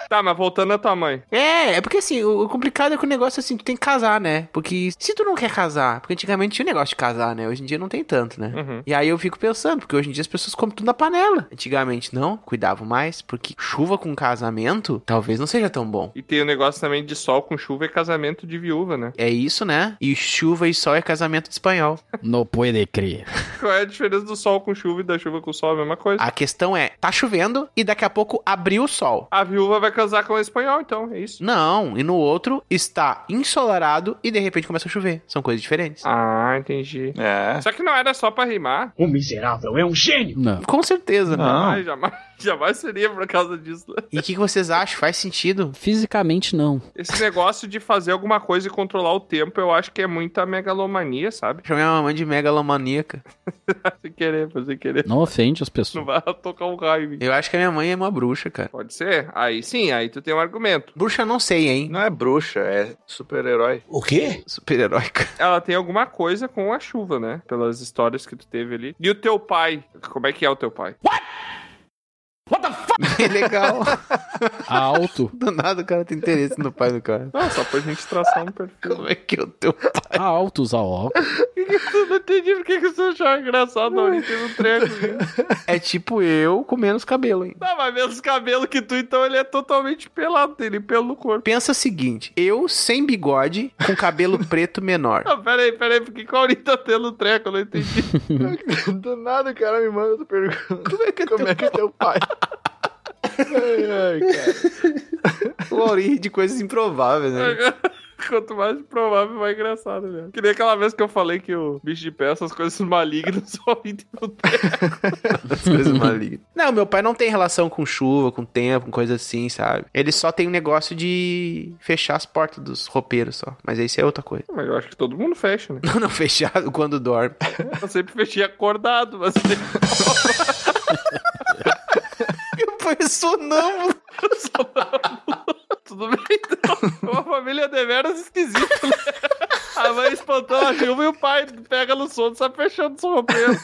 Speaker 1: Tá, mas voltando à tua mãe.
Speaker 2: É, é porque assim, o o complicado é que o negócio assim, tu tem que casar, né? Porque se tu não quer casar, porque antigamente tinha o negócio de casar, né? Hoje em dia não tem tanto, né?
Speaker 1: Uhum.
Speaker 2: E aí eu fico pensando, porque hoje em dia as pessoas comem tudo na panela. Antigamente não, cuidavam mais, porque chuva com casamento talvez não seja tão bom.
Speaker 1: E tem o negócio também de sol com chuva e casamento de viúva, né?
Speaker 2: É isso, né? E chuva e sol é casamento de espanhol.
Speaker 4: Não pode crer.
Speaker 1: Qual é a diferença do sol com chuva e da chuva com sol? É a mesma coisa.
Speaker 2: A questão é, tá chovendo e daqui a pouco abriu o sol.
Speaker 1: A viúva vai casar com o espanhol, então, é isso.
Speaker 2: Não, e no outro está ensolarado e de repente começa a chover. São coisas diferentes.
Speaker 1: Ah, entendi.
Speaker 6: É.
Speaker 1: Só que não era só pra rimar.
Speaker 2: O miserável é um gênio.
Speaker 4: Não.
Speaker 2: Com certeza,
Speaker 6: Ah.
Speaker 2: né?
Speaker 1: Jamais, jamais, jamais seria por causa disso. né?
Speaker 2: E o que, que vocês acham? Faz sentido?
Speaker 4: Fisicamente não.
Speaker 1: Esse negócio de fazer alguma coisa e controlar o tempo, eu acho que é muita megalomania, sabe?
Speaker 2: Chamei a mamãe de megalomaníaca.
Speaker 1: Sem querer, foi sem querer.
Speaker 4: Não ofende as
Speaker 1: Não
Speaker 4: pessoas.
Speaker 1: vai tocar um raio. em mim.
Speaker 2: Eu acho que a minha mãe é uma bruxa, cara.
Speaker 1: Pode ser? Aí sim, aí tu tem um argumento.
Speaker 2: Bruxa não sei, hein?
Speaker 6: Não é bruxa, é super-herói.
Speaker 14: O quê?
Speaker 2: Super-heróica.
Speaker 1: Ela tem alguma coisa com a chuva, né? Pelas histórias que tu teve ali. E o teu pai? Como é que é o teu pai?
Speaker 2: Bem legal.
Speaker 4: Alto.
Speaker 2: Do nada o cara tem interesse no pai do cara.
Speaker 1: Ah, só pra gente traçar um perfil.
Speaker 2: Como é que eu teu pai?
Speaker 4: Alto usar óculos.
Speaker 1: eu não entendi por que que você achava engraçado a gente no um treco.
Speaker 2: É tipo eu com menos cabelo, hein?
Speaker 1: Não, mas menos cabelo que tu, então ele é totalmente pelado. Ele pelo no corpo.
Speaker 2: Pensa o seguinte, eu sem bigode, com cabelo preto menor.
Speaker 1: Não, peraí, peraí, porque qual ele tá tendo treco? Eu não entendi.
Speaker 6: Do nada o cara me manda outra pergunta. Como é que é, Como é, que é teu pai? ai, ai, cara.
Speaker 2: O Aurim de coisas improváveis, né?
Speaker 1: Quanto mais provável, mais engraçado, né? Que nem aquela vez que eu falei que o bicho de pé, essas coisas malignas, só vem no um treco.
Speaker 2: As coisas malignas. Não, meu pai não tem relação com chuva, com tempo, com coisa assim, sabe? Ele só tem um negócio de fechar as portas dos roupeiros só. Mas isso é outra coisa.
Speaker 1: Mas eu acho que todo mundo fecha, né?
Speaker 2: Não, não, fechar quando dorme.
Speaker 1: Eu sempre fechei acordado, mas
Speaker 2: Meu pai é sonâmbulo.
Speaker 1: tudo bem. Então. Uma família deveras esquisita, né? A mãe espantou a chuva e o pai pega no sono, sai fechando o roupeiro.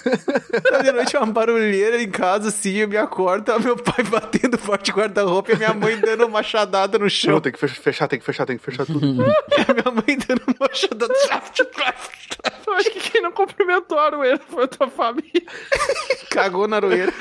Speaker 2: De noite uma barulheira em casa, assim, eu me acordo, tá meu pai batendo forte guarda-roupa e a minha mãe dando uma machadada no
Speaker 6: Não,
Speaker 2: chão.
Speaker 6: Tipo, tem que fech- fechar, tem que fechar, tem que fechar tudo.
Speaker 2: E a minha mãe dando uma machadada. Traf, traf, traf.
Speaker 1: Eu acho que quem não cumprimentou a Arueira foi a tua família.
Speaker 2: Cagou na aroeira.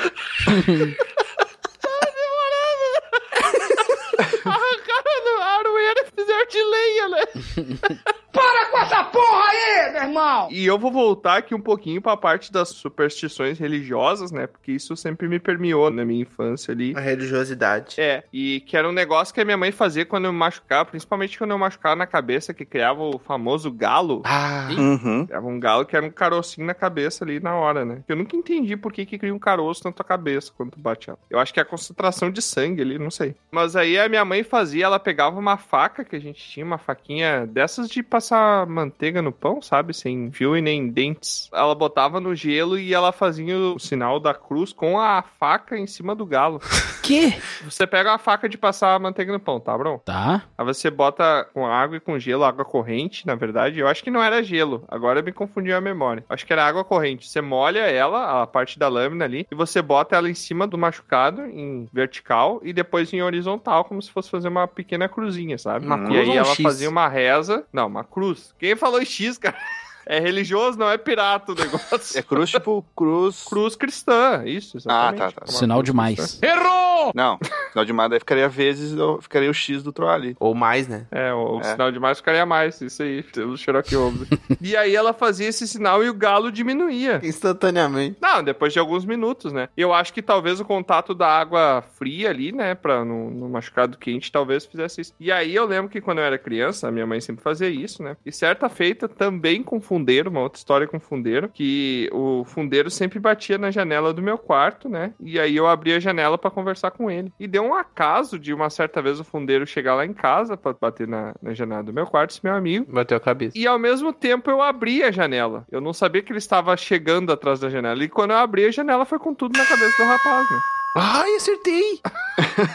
Speaker 1: Arrancaram do- a Arueira e fizeram de lenha, né?
Speaker 5: Para com essa porra aí, meu irmão!
Speaker 1: E eu vou voltar aqui um pouquinho pra parte das superstições religiosas, né? Porque isso sempre me permeou na minha infância ali.
Speaker 2: A religiosidade.
Speaker 1: É, e que era um negócio que a minha mãe fazia quando eu me machucava, principalmente quando eu machucava na cabeça, que criava o famoso galo.
Speaker 2: Ah,
Speaker 6: Uhum.
Speaker 1: Criava um galo que era um carocinho na cabeça ali na hora, né? Eu nunca entendi por que, que cria um caroço na tua cabeça quando tu bate ela. Eu acho que é a concentração de sangue ali, não sei. Mas aí a minha mãe fazia, ela pegava uma faca que a gente tinha, uma faquinha dessas de passar manteiga no pão, sabe? sem fio e nem dentes. Ela botava no gelo e ela fazia o sinal da cruz com a faca em cima do galo.
Speaker 4: Que?
Speaker 1: Você pega a faca de passar a manteiga no pão, tá, Bron?
Speaker 4: Tá.
Speaker 1: Aí você bota com água e com gelo, água corrente, na verdade. Eu acho que não era gelo. Agora me confundiu a memória. Acho que era água corrente. Você molha ela, a parte da lâmina ali, e você bota ela em cima do machucado, em vertical, e depois em horizontal, como se fosse fazer uma pequena cruzinha, sabe?
Speaker 2: Uma
Speaker 1: e
Speaker 2: cruz ou
Speaker 1: aí
Speaker 2: um
Speaker 1: ela
Speaker 2: X?
Speaker 1: fazia uma reza. Não, uma cruz. Quem falou em X, cara? É religioso, não é pirata o negócio.
Speaker 6: É cruz tipo cruz.
Speaker 1: Cruz cristã, isso. Exatamente.
Speaker 6: Ah, tá, tá.
Speaker 4: Sinal demais.
Speaker 6: Errou! Não, sinal de mais, daí ficaria vezes, eu- ficaria o X do Troll ali.
Speaker 2: Ou mais, né?
Speaker 1: É, o
Speaker 6: É.
Speaker 1: sinal de mais ficaria mais, isso aí, pelo Cherokee Holmes. e aí ela fazia esse sinal e o galo diminuía.
Speaker 2: Instantaneamente.
Speaker 1: Não, depois de alguns minutos, né? Eu acho que talvez o contato da água fria ali, né, pra não, não machucar do quente, talvez fizesse isso. E aí eu lembro que quando eu era criança, a minha mãe sempre fazia isso, né? E certa feita também com fundeiro, uma outra história com fundeiro, que o fundeiro sempre batia na janela do meu quarto, né? E aí eu abria a janela pra conversar com ele. E deu um acaso de uma certa vez o fundeiro chegar lá em casa pra bater na, na janela do meu quarto, esse meu amigo.
Speaker 2: Bateu a cabeça.
Speaker 1: E ao mesmo tempo eu abri a janela. Eu não sabia que ele estava chegando atrás da janela. E quando eu abri a janela foi com tudo na cabeça do rapaz, né?
Speaker 2: Ai, acertei!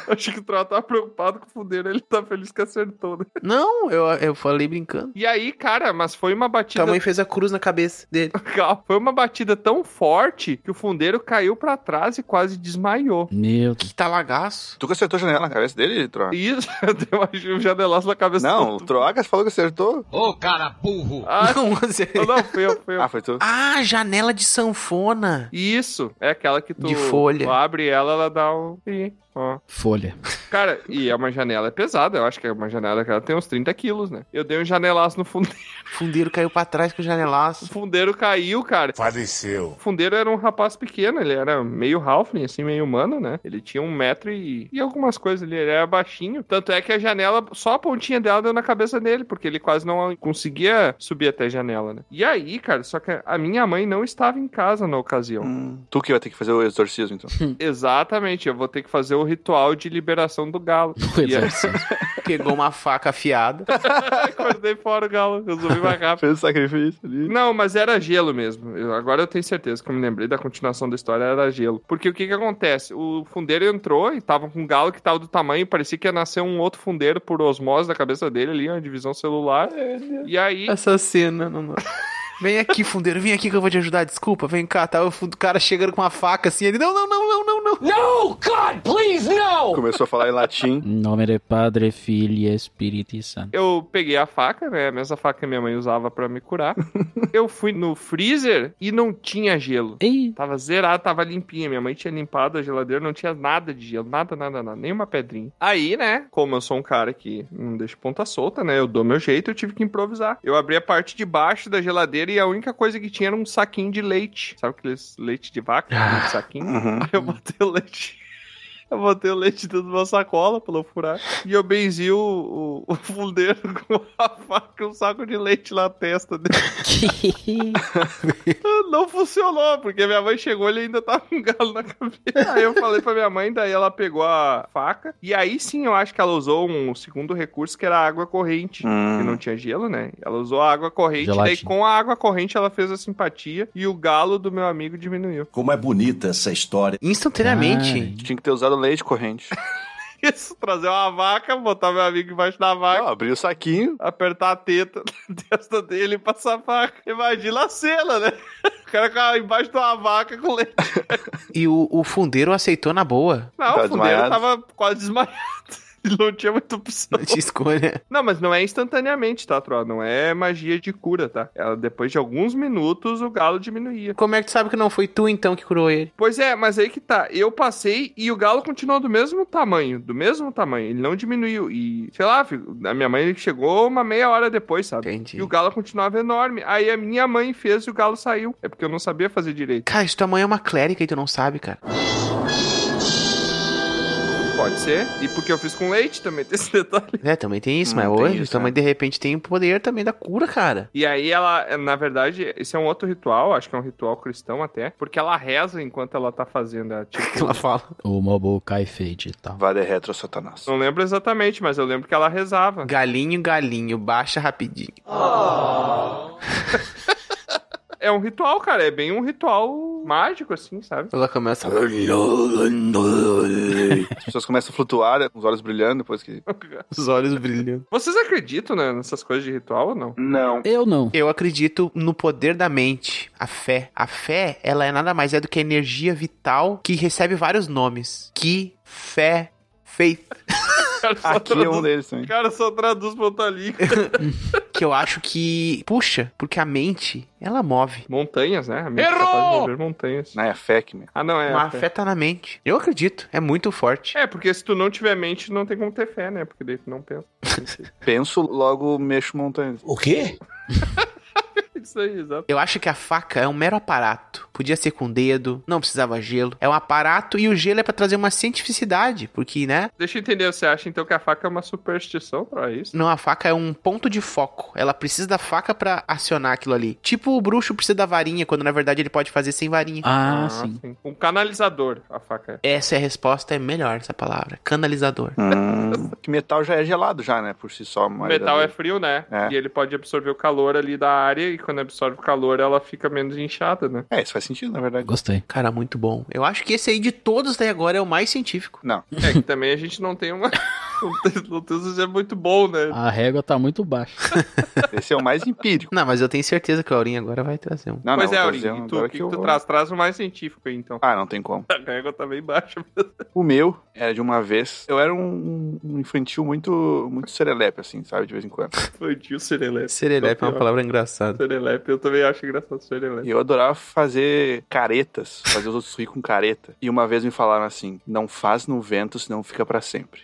Speaker 1: Acho que o Troll tá preocupado com o fudeiro, ele tá feliz que acertou, né?
Speaker 2: Não, eu, eu falei brincando.
Speaker 1: E aí, cara, mas foi uma batida.
Speaker 2: Tua mãe fez a cruz na cabeça dele.
Speaker 1: Calma, Foi uma batida tão forte que o fundeiro caiu pra trás e quase desmaiou.
Speaker 4: Meu
Speaker 2: Que talagaço.
Speaker 6: Tu que acertou a janela na cabeça dele, Troll?
Speaker 1: E Isso, deu uma- um janelaço na cabeça
Speaker 6: Não,
Speaker 1: do-
Speaker 6: o Troagas falou que acertou.
Speaker 16: Ô, cara burro!
Speaker 1: Ah,
Speaker 2: Não, você...
Speaker 1: não, foi eu, foi eu.
Speaker 6: Ah, foi tu.
Speaker 2: Ah, janela de sanfona.
Speaker 1: Isso, é aquela que tu,
Speaker 2: De folha.
Speaker 1: tu abre ela, ela dá um. Ih, ó.
Speaker 4: Folha.
Speaker 1: Cara, e é uma janela é pesada. Eu acho que é uma janela que ela tem uns 30 quilos, né? Eu dei um janelaço no fundeiro.
Speaker 2: Fundeiro caiu pra trás com o janelaço.
Speaker 1: O fundeiro caiu, cara.
Speaker 16: Faleceu.
Speaker 1: O fundeiro era um rapaz pequeno, ele era meio halfling, assim, meio humano, né? Ele tinha um metro e, e algumas coisas ali, ele era baixinho. Tanto é que a janela, só a pontinha dela deu na cabeça dele, porque ele quase não conseguia subir até a janela, né? E aí, cara, só que a minha mãe não estava em casa na ocasião.
Speaker 6: Tu que vai ter que fazer o exorcismo, então.
Speaker 1: Exatamente, eu vou ter que fazer o ritual de liberação do galo. E aí,
Speaker 4: exorcismo.
Speaker 2: Pegou uma faca afiada.
Speaker 1: acordei fora o galo, resolvi mais rápido.
Speaker 6: Fez o sacrifício ali.
Speaker 1: Não, mas era gelo mesmo. Eu- agora eu tenho certeza que eu me lembrei da continuação da história, era gelo. Porque o que que acontece? O fundeiro entrou e tava com um galo que tava do tamanho, parecia que ia nascer um outro fundeiro por osmose da cabeça dele ali, uma divisão celular. E aí...
Speaker 2: Essa cena. Não, não. Vem aqui, fundeiro, vem aqui que eu vou te ajudar. Desculpa, vem cá. Tá o fun- o cara chegando com uma faca assim. Ele, não, não, não, não, não, não.
Speaker 14: No, God, please, no!
Speaker 6: Começou a falar em latim.
Speaker 4: Em nome de Padre, Filho e Espírito Santo.
Speaker 1: Eu peguei a faca, né? A mesma faca que minha mãe usava pra me curar. eu fui no freezer e não tinha gelo.
Speaker 4: Ei.
Speaker 1: Tava zerado, tava limpinha. Minha mãe tinha limpado a geladeira, não tinha nada de gelo, nada, nada, nada, nenhuma pedrinha. Aí, né, como eu sou um cara que não deixa ponta solta, né, eu dou meu jeito, eu tive que improvisar. Eu abri a parte de baixo da geladeira e a única coisa que tinha era um saquinho de leite. Sabe aqueles leite de vaca, aquele saquinho?
Speaker 6: Uhum.
Speaker 1: Aí eu botei o leite. Eu botei o leite dentro de uma sacola pra não furar. E eu benzi o, o, o fundeiro com a faca e um saco de leite na testa dele. Não funcionou, porque minha mãe chegou e ele ainda tava com um galo na cabeça. Aí eu falei pra minha mãe, daí ela pegou a faca. E aí sim eu acho que ela usou um segundo recurso que era a água corrente.
Speaker 6: Hum.
Speaker 1: Que não tinha gelo, né? Ela usou a água corrente, daí
Speaker 4: Gelatina.
Speaker 1: com a água corrente ela fez a simpatia e o galo do meu amigo diminuiu.
Speaker 17: Como é bonita essa história.
Speaker 2: Instantaneamente.
Speaker 6: Tinha que ter usado leite corrente.
Speaker 1: Isso, trazer uma vaca, botar meu amigo embaixo da vaca,
Speaker 6: Não, abri o saquinho.
Speaker 1: apertar a teta na testa dele e passar a faca. Imagina a cena, né? O cara com- embaixo de uma vaca com leite.
Speaker 2: E o, o fundeiro aceitou na boa.
Speaker 1: Não,
Speaker 6: Tá
Speaker 1: o fundeiro
Speaker 6: desmaiado.
Speaker 1: tava quase desmaiado. Ele não tinha muita opção.
Speaker 2: De escolha.
Speaker 1: Não, mas não é instantaneamente, tá, Troll? Não é magia de cura, tá? Ela, depois de alguns minutos, o galo diminuía.
Speaker 2: Como é que tu sabe que não foi tu então que curou ele?
Speaker 1: Pois é, mas aí que tá. Eu passei e o galo continuou do mesmo tamanho. Do mesmo tamanho. Ele não diminuiu. E, sei lá, fi- a minha mãe chegou uma meia hora depois, sabe?
Speaker 2: Entendi.
Speaker 1: E o galo continuava enorme. Aí a minha mãe fez e o galo saiu. É porque eu não sabia fazer direito.
Speaker 2: Cara, se tua mãe é uma clérica e tu não sabe, cara.
Speaker 1: Pode ser. E porque eu fiz com leite também, tem esse detalhe.
Speaker 2: É, também tem isso, é.
Speaker 6: Hum,
Speaker 2: mas
Speaker 6: tem
Speaker 2: hoje
Speaker 6: isso,
Speaker 2: tua mãe
Speaker 6: né?
Speaker 2: de repente tem o poder também da cura, cara.
Speaker 1: E aí ela, na verdade, esse é um outro ritual, acho que é um ritual cristão até, porque ela reza enquanto ela tá fazendo a
Speaker 2: Que
Speaker 1: tipo.
Speaker 2: ela fala.
Speaker 4: O Mobu cai feito e tal.
Speaker 6: Vá de retro, Satanás.
Speaker 1: Não lembro exatamente, mas eu lembro que ela rezava.
Speaker 2: Galinho, galinho, baixa rapidinho.
Speaker 1: É um ritual, cara. É bem um ritual mágico, assim, sabe?
Speaker 2: Ela começa.
Speaker 6: As pessoas começam a flutuar né, com os olhos brilhando depois que.
Speaker 2: Os olhos brilhando.
Speaker 1: Vocês acreditam né, nessas coisas de ritual ou não?
Speaker 2: Não.
Speaker 4: Eu não.
Speaker 2: Eu acredito no poder da mente, a fé. A fé, ela é nada mais é do que a energia vital que recebe vários nomes. Que fé faith.
Speaker 1: cara só
Speaker 6: Aqui é um deles
Speaker 1: O
Speaker 6: também.
Speaker 1: cara só traduz Montalica.
Speaker 2: que eu acho que puxa, porque a mente, ela move.
Speaker 1: montanhas, né? A mente
Speaker 2: Errou!
Speaker 1: capaz de mover montanhas.
Speaker 6: Não, é a fé que mesmo.
Speaker 1: Ah, não, é.
Speaker 2: Uma
Speaker 1: a fé.
Speaker 2: fé tá na mente. Eu acredito, é muito forte.
Speaker 1: É, porque se tu não tiver mente, não tem como ter fé, né? Porque daí tu não pensa.
Speaker 6: Penso, logo mexo montanhas.
Speaker 2: O quê?
Speaker 1: Isso aí, exato.
Speaker 2: Eu acho que a faca é um mero aparato. Podia ser com dedo, não precisava gelo. É um aparato e o gelo é pra trazer uma cientificidade, porque, né?
Speaker 1: Deixa eu entender, você acha então que a faca é uma superstição pra isso?
Speaker 2: Não, a faca é um ponto de foco. Ela precisa da faca pra acionar aquilo ali. Tipo o bruxo precisa da varinha, quando na verdade ele pode fazer sem varinha.
Speaker 4: Ah, sim.
Speaker 1: Um canalizador, a faca
Speaker 2: Essa é a resposta, é melhor essa palavra. Canalizador.
Speaker 6: que metal já é gelado já, né? Por si só.
Speaker 1: é. O metal é frio, né?
Speaker 6: É.
Speaker 1: E ele pode absorver o calor ali da área, e quando absorve o calor, ela fica menos inchada, né?
Speaker 6: É, isso faz sentido, na verdade.
Speaker 4: Gostei.
Speaker 2: Cara, muito bom. Eu acho que esse aí de todos até agora é o mais científico.
Speaker 6: Não.
Speaker 1: É que também a gente não tem uma. não tem- não tem isso é muito bom, né?
Speaker 4: A régua tá muito baixa.
Speaker 6: Esse é o mais empírico.
Speaker 2: Não, mas eu tenho certeza que o Aurinho agora vai trazer um.
Speaker 6: Ah, Não,
Speaker 1: pois
Speaker 6: não,
Speaker 1: é,
Speaker 6: tô
Speaker 1: Aurinho,
Speaker 6: dizendo
Speaker 1: e tu, o
Speaker 6: agora
Speaker 1: que, que
Speaker 6: eu
Speaker 1: tu
Speaker 6: vou-
Speaker 1: traz? Traz o mais científico aí, então.
Speaker 6: Ah, não tem como.
Speaker 1: A régua tá bem baixa.
Speaker 6: O meu era de uma vez. Eu era um, um infantil muito, muito serelepe, assim, sabe? De vez em quando.
Speaker 1: Infantil serelepe.
Speaker 2: Serelepe é uma palavra engraçada.
Speaker 1: Serelepe, eu também acho engraçado serelepe.
Speaker 6: E eu adorava fazer caretas, fazer os outros rir com careta. E uma vez me falaram assim: não faz no vento, senão fica pra sempre.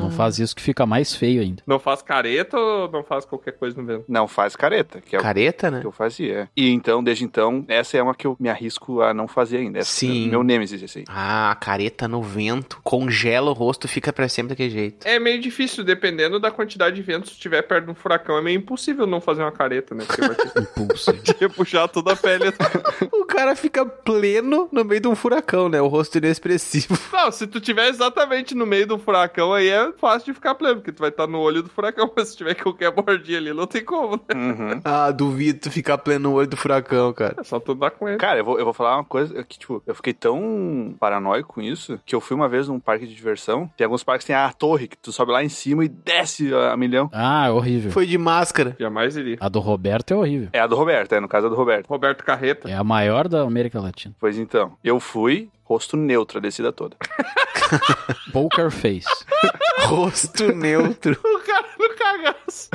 Speaker 4: Não faz isso que fica mais feio ainda.
Speaker 1: Não faz careta ou não faz qualquer coisa no vento?
Speaker 6: Não faz careta, que é
Speaker 2: Careta,
Speaker 6: o
Speaker 2: né?
Speaker 6: que eu fazia. é. E então, desde então, essa é uma que eu me arrisco a não fazer ainda. Essa
Speaker 2: Sim.
Speaker 6: É meu Nemesis, esse aí.
Speaker 2: Ah, a careta no vento, congela o rosto, fica pra sempre daquele jeito.
Speaker 1: É meio difícil, dependendo da quantidade de vento. Se tiver perto de um furacão, é meio impossível não fazer uma careta, né? Porque vai ter
Speaker 4: Impulso.
Speaker 1: que puxar toda a pele.
Speaker 2: O cara fica pleno no meio de um furacão, né? O rosto inexpressivo.
Speaker 1: Não, se tu tiver exatamente no meio do furacão, aí é fácil de ficar pleno, porque tu vai estar no olho do furacão. Mas se tiver qualquer bordinha ali, não tem como, né?
Speaker 6: Uhum.
Speaker 2: Ah, duvido tu ficar pleno no olho do furacão, cara.
Speaker 1: É só tu dar com ele.
Speaker 6: Cara, eu vou, eu vou falar uma coisa que, tipo, eu fiquei tão paranoico com isso que eu fui uma vez num parque de diversão. Tem alguns parques que tem a torre, que tu sobe lá em cima e desce a a milhão.
Speaker 4: Ah, é horrível.
Speaker 2: Foi de máscara.
Speaker 1: Jamais iria.
Speaker 4: A do Roberto é horrível.
Speaker 6: É a do Roberto, é no caso é a do Roberto.
Speaker 1: Roberto Carreta.
Speaker 4: É a maior da América Latina.
Speaker 6: Pois então, eu fui rosto neutro a descida toda.
Speaker 4: Poker Face.
Speaker 2: Rosto neutro.
Speaker 1: O cara no cagaço.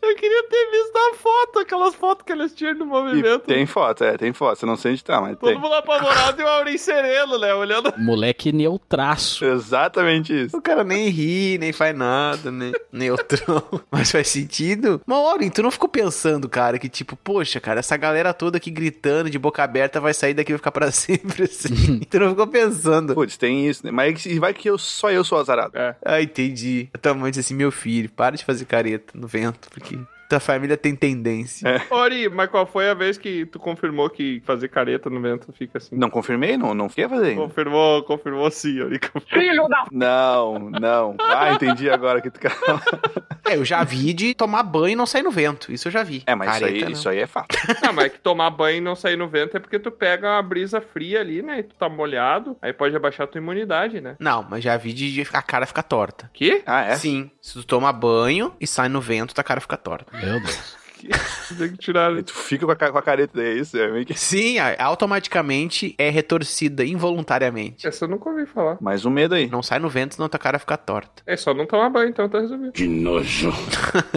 Speaker 1: Eu queria ter visto a foto, aquelas fotos que eles tinham no
Speaker 6: E
Speaker 1: movimento.
Speaker 6: tem foto, é, tem foto. Você não sei onde tá, mas
Speaker 1: Todo
Speaker 6: tem.
Speaker 1: mundo apavorado e o Aurim sereno, né? Olhando.
Speaker 4: Moleque neutraço.
Speaker 6: Exatamente isso.
Speaker 2: O cara nem ri, nem faz nada, né? Neutrão. Mas faz sentido? Mas, Aurin, tu não ficou pensando, cara, que tipo, poxa, cara, essa galera toda aqui gritando de boca aberta vai sair daqui e vai ficar pra sempre assim. tu não ficou pensando.
Speaker 6: Putz, tem isso, né? Mas e vai que eu, só eu sou azarado.
Speaker 1: É.
Speaker 2: Ah, entendi. A tua mãe disse assim, meu filho, para de fazer careta no vento, porque tua família tem tendência.
Speaker 1: Ô, Aurim, mas qual foi a vez que tu confirmou que fazer careta no vento fica assim?
Speaker 6: Não confirmei, não, não fiquei fazendo.
Speaker 1: Confirmou, confirmou sim, Aurim. confirmou.
Speaker 14: Filho da.
Speaker 6: Não, não. Ah, entendi agora que tu
Speaker 2: É, eu já vi de tomar banho e não sair no vento. Isso eu já vi.
Speaker 6: É, mas isso aí,
Speaker 2: Careta, né? não.
Speaker 6: isso aí é fato.
Speaker 1: Ah, mas que tomar banho e não sair no vento é porque tu pega uma brisa fria ali, né? E tu tá molhado, aí pode abaixar tua imunidade, né?
Speaker 2: Não, mas já vi de de a cara ficar torta.
Speaker 1: Que?
Speaker 6: Ah, é?
Speaker 2: Sim. Se tu toma banho e sai no vento, tua cara fica torta.
Speaker 4: Meu Deus.
Speaker 1: Tem que tirar.
Speaker 6: E Tu fica com a, ca- com a careta daí, é isso? É meio que...
Speaker 2: Sim, a- automaticamente é retorcida involuntariamente.
Speaker 1: Essa eu nunca ouvi falar.
Speaker 6: Mais um medo aí.
Speaker 2: Não sai no vento, senão tua cara fica torta.
Speaker 1: É só não tomar banho, então tá resolvido.
Speaker 12: Que nojo.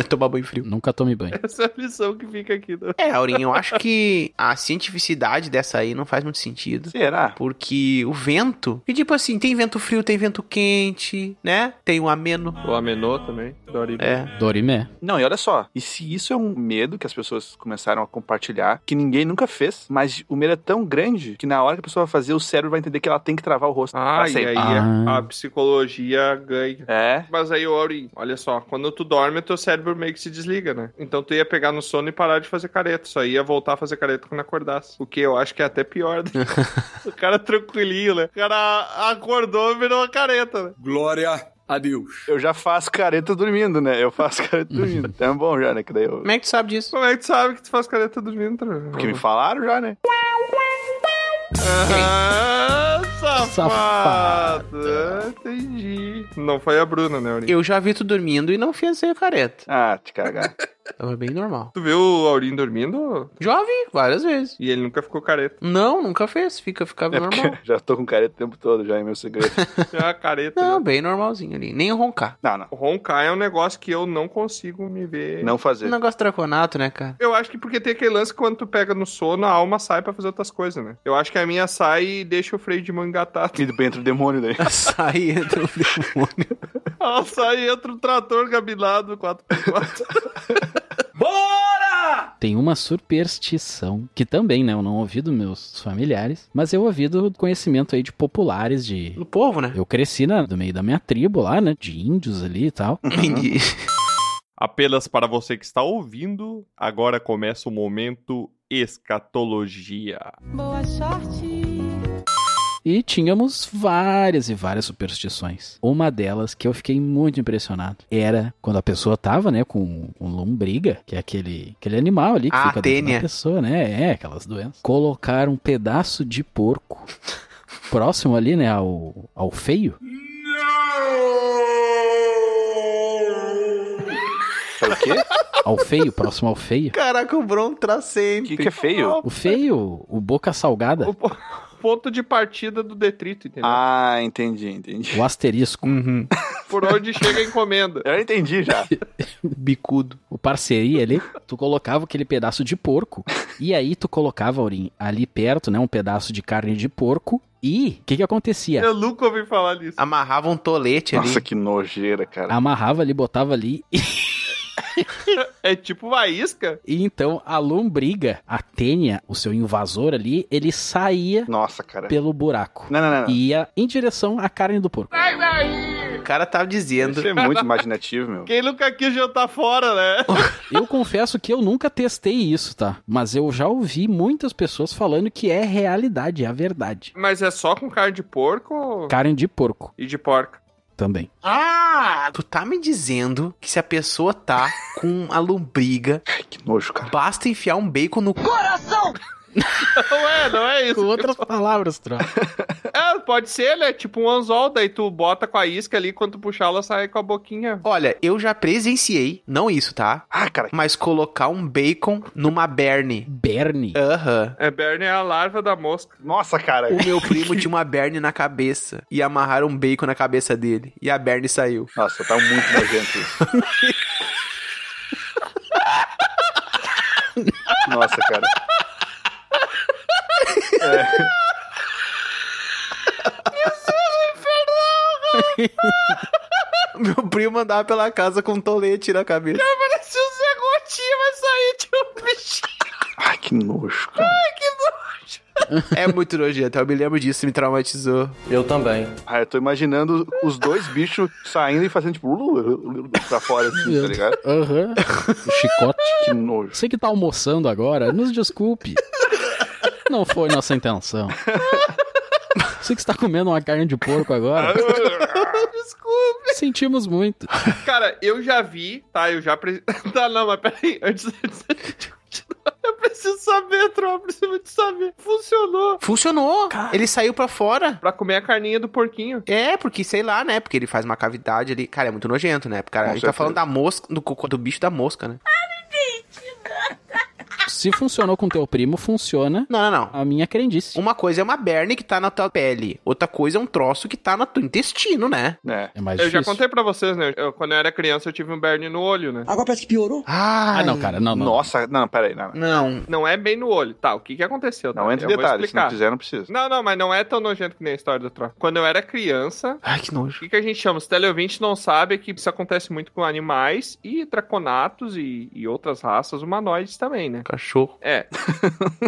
Speaker 2: Tomar banho frio.
Speaker 4: Nunca tome banho.
Speaker 1: Essa é a lição que fica aqui. Né?
Speaker 2: É, Aurinho, eu acho que a cientificidade dessa aí não faz muito sentido.
Speaker 6: Será?
Speaker 2: Porque o vento. E tipo assim, tem vento frio, tem vento quente, né? Tem o ameno.
Speaker 1: O amenô também, Dori.
Speaker 2: É.
Speaker 4: Dorimé.
Speaker 6: Não, e olha só. E se isso é um medo que as pessoas começaram a compartilhar, que ninguém nunca fez, mas o medo é tão grande que na hora que a pessoa vai fazer, o cérebro vai entender que ela tem que travar o rosto.
Speaker 1: Ah,
Speaker 6: pra
Speaker 1: e aí
Speaker 6: sempre.
Speaker 1: a-
Speaker 4: Ah.
Speaker 1: a psicologia ganha.
Speaker 6: É.
Speaker 1: Mas aí, Ori, olha só, quando tu dorme, teu cérebro meio que se desliga, né? Então tu ia pegar no sono e parar de fazer careta. Só ia voltar a fazer careta quando acordasse. O que eu acho que é até pior. né? o cara tranquilinho, né? O cara acordou e virou uma careta, né?
Speaker 17: Glória
Speaker 18: Adeus.
Speaker 6: Eu já faço careta dormindo, né? Eu faço careta dormindo. Então é bom já, né? Que daí eu...
Speaker 2: Como é que tu sabe disso?
Speaker 1: Como é que tu sabe que tu faz careta dormindo, Trevor?
Speaker 6: Porque me falaram já, né?
Speaker 1: Ah, safado. Entendi. Não foi a Bruna, né, Aurinho?
Speaker 2: Eu já vi tu dormindo e não fiz ser careta.
Speaker 6: Ah, te cagar.
Speaker 2: Tava bem normal.
Speaker 1: Tu viu o Aurinho dormindo?
Speaker 2: Já vi, várias vezes.
Speaker 1: E ele nunca ficou careta.
Speaker 2: Não, nunca fez. Fica, ficava
Speaker 6: É
Speaker 2: normal.
Speaker 6: porque já tô com careta o tempo todo, já é meu segredo.
Speaker 1: É uma careta.
Speaker 2: Não,
Speaker 1: né?
Speaker 2: bem normalzinho ali. Nem roncar.
Speaker 6: Não, não.
Speaker 1: Roncar é um negócio que eu não consigo me ver.
Speaker 6: Não fazer.
Speaker 2: Um negócio traconato, né, cara?
Speaker 1: Eu acho que porque tem aquele lance que quando tu pega no sono, a alma sai pra fazer outras coisas, né? Eu acho que a minha sai e deixa o freio de mão engatado.
Speaker 6: E entra o demônio daí.
Speaker 2: Sai entra o demônio.
Speaker 1: Ela sai e entra o trator gabilado 4x4.
Speaker 4: Tem uma superstição que também, né, eu não ouvi dos meus familiares, mas eu ouvi do conhecimento aí de populares de
Speaker 2: Do povo, né?
Speaker 4: eu cresci na, no meio da minha tribo lá, né? De índios ali e
Speaker 6: Uhum.
Speaker 4: tal.
Speaker 1: Apenas para você que está ouvindo, agora começa o momento escatologia.
Speaker 10: Boa sorte.
Speaker 4: E tínhamos várias e várias superstições. Uma delas que eu fiquei muito impressionado era quando a pessoa tava, né, com um lombriga, que é aquele, aquele animal ali que
Speaker 2: Ah,
Speaker 4: fica dentro da
Speaker 2: tênia.
Speaker 4: pessoa, né? É, aquelas doenças. Colocar um pedaço de porco próximo ali, né, ao, ao feio.
Speaker 6: Sabe o quê?
Speaker 4: Ao feio, próximo ao feio.
Speaker 2: Caraca, o Bron traz
Speaker 6: O
Speaker 2: sempre.
Speaker 6: que, que é feio?
Speaker 4: O feio, o boca salgada,
Speaker 1: O po- ponto de partida do detrito, entendeu?
Speaker 6: Ah, entendi, entendi.
Speaker 4: o asterisco,
Speaker 6: Uhum.
Speaker 1: Por onde chega a encomenda.
Speaker 6: Eu entendi já.
Speaker 2: Bicudo.
Speaker 4: o parceria ali, tu colocava aquele pedaço de porco. E aí tu colocava, Aurim, ali perto, né, um pedaço de carne de porco. E o que que acontecia?
Speaker 1: Eu nunca ouvi falar disso.
Speaker 2: Amarrava um tolete ali.
Speaker 6: Nossa, que nojeira, cara.
Speaker 4: Amarrava ali, botava ali. E,
Speaker 1: É tipo uma isca.
Speaker 4: e então a lombriga, a tênia, o seu invasor ali, ele saía
Speaker 6: Nossa, cara.
Speaker 4: pelo buraco.
Speaker 6: Não, não, não. não.
Speaker 4: E ia em direção à carne do porco.
Speaker 2: O cara tava dizendo.
Speaker 6: Isso é muito imaginativo, meu.
Speaker 1: Quem nunca quis jantar fora, né?
Speaker 4: Eu confesso que eu nunca testei isso, tá? Mas eu já ouvi muitas pessoas falando que é realidade, é a verdade.
Speaker 1: Mas é só com carne de porco
Speaker 4: Carne de porco
Speaker 1: e de porca.
Speaker 4: também.
Speaker 2: Ah! Tu tá me dizendo que se a pessoa tá com a lombriga,
Speaker 6: Que nojo, cara.
Speaker 2: basta enfiar um bacon no cu.
Speaker 1: Não é, não é
Speaker 4: Com
Speaker 1: isso.
Speaker 4: outras palavras, troca.
Speaker 1: É, pode ser, né? Tipo um anzol, daí tu bota com a isca ali, quando tu puxar ela sai com a boquinha.
Speaker 2: Olha, eu já presenciei, não isso, tá?
Speaker 6: Ah, cara.
Speaker 2: Mas colocar um bacon numa berne.
Speaker 4: Berne.
Speaker 2: Aham.
Speaker 1: É, Bernie é a larva da mosca.
Speaker 6: Nossa, cara.
Speaker 2: O meu primo tinha uma berne na cabeça e amarraram um bacon na cabeça dele. E a berne saiu.
Speaker 6: Nossa, tá muito nojento isso. Nossa, cara.
Speaker 2: Meu primo andava pela casa com um tolete na cabeça.
Speaker 1: Parece um Zé Gotinha, vai sair de um bichinho.
Speaker 6: Ai, que nojo, cara.
Speaker 2: É muito nojento. Eu me lembro disso, me traumatizou.
Speaker 18: Eu também.
Speaker 6: Ah, eu tô imaginando os dois bichos saindo e fazendo tipo pra fora assim, tá ligado?
Speaker 4: Aham. O chicote.
Speaker 6: Que nojo.
Speaker 4: Você que tá almoçando agora, nos desculpe. Não foi nossa intenção. Você que está comendo uma carne de porco agora,
Speaker 1: Desculpa.
Speaker 4: sentimos muito.
Speaker 1: Cara, eu já vi, tá? Eu já preciso. Tá, não, mas peraí. Antes, antes da gente continuar, eu preciso saber, tropa. Eu preciso muito saber. Funcionou.
Speaker 2: Funcionou. Ele saiu pra fora.
Speaker 1: Pra comer a carninha do porquinho.
Speaker 2: É, porque sei lá, né? Porque ele faz uma cavidade ali. Cara, é muito nojento, né? Cara,
Speaker 6: Com
Speaker 2: a gente tá
Speaker 6: certeza.
Speaker 2: falando da mosca, do, cocô- do bicho da mosca, né?
Speaker 4: Se funcionou com teu primo, funciona
Speaker 2: Não, não, não.
Speaker 4: a minha crendice.
Speaker 2: Uma coisa é uma berne que tá na tua pele. Outra coisa é um troço que tá no teu intestino, né?
Speaker 6: É.
Speaker 4: É mais
Speaker 1: eu já
Speaker 4: difícil.
Speaker 1: contei pra vocês, né? Eu, quando eu era criança, eu tive um berne no olho, né?
Speaker 18: Agora parece que piorou.
Speaker 2: Ah,
Speaker 4: Ah, não, cara, não, não.
Speaker 6: Nossa, não, peraí, não.
Speaker 2: Não.
Speaker 1: Não é bem no olho. Tá, o que que aconteceu? tá?
Speaker 6: Não entra
Speaker 1: eu
Speaker 6: em
Speaker 1: vou
Speaker 6: detalhes, se não
Speaker 1: explicar.
Speaker 6: quiser, não precisa.
Speaker 1: Não, não, mas não é tão nojento que nem a história do tropa. Quando eu era criança,
Speaker 2: Ai, que
Speaker 1: O
Speaker 2: nojo.
Speaker 1: que, que a gente chama? Os teleouvintes não sabem que isso acontece muito com animais e draconatos e, e outras raças humanoides também, né?
Speaker 2: cachorro.
Speaker 1: É.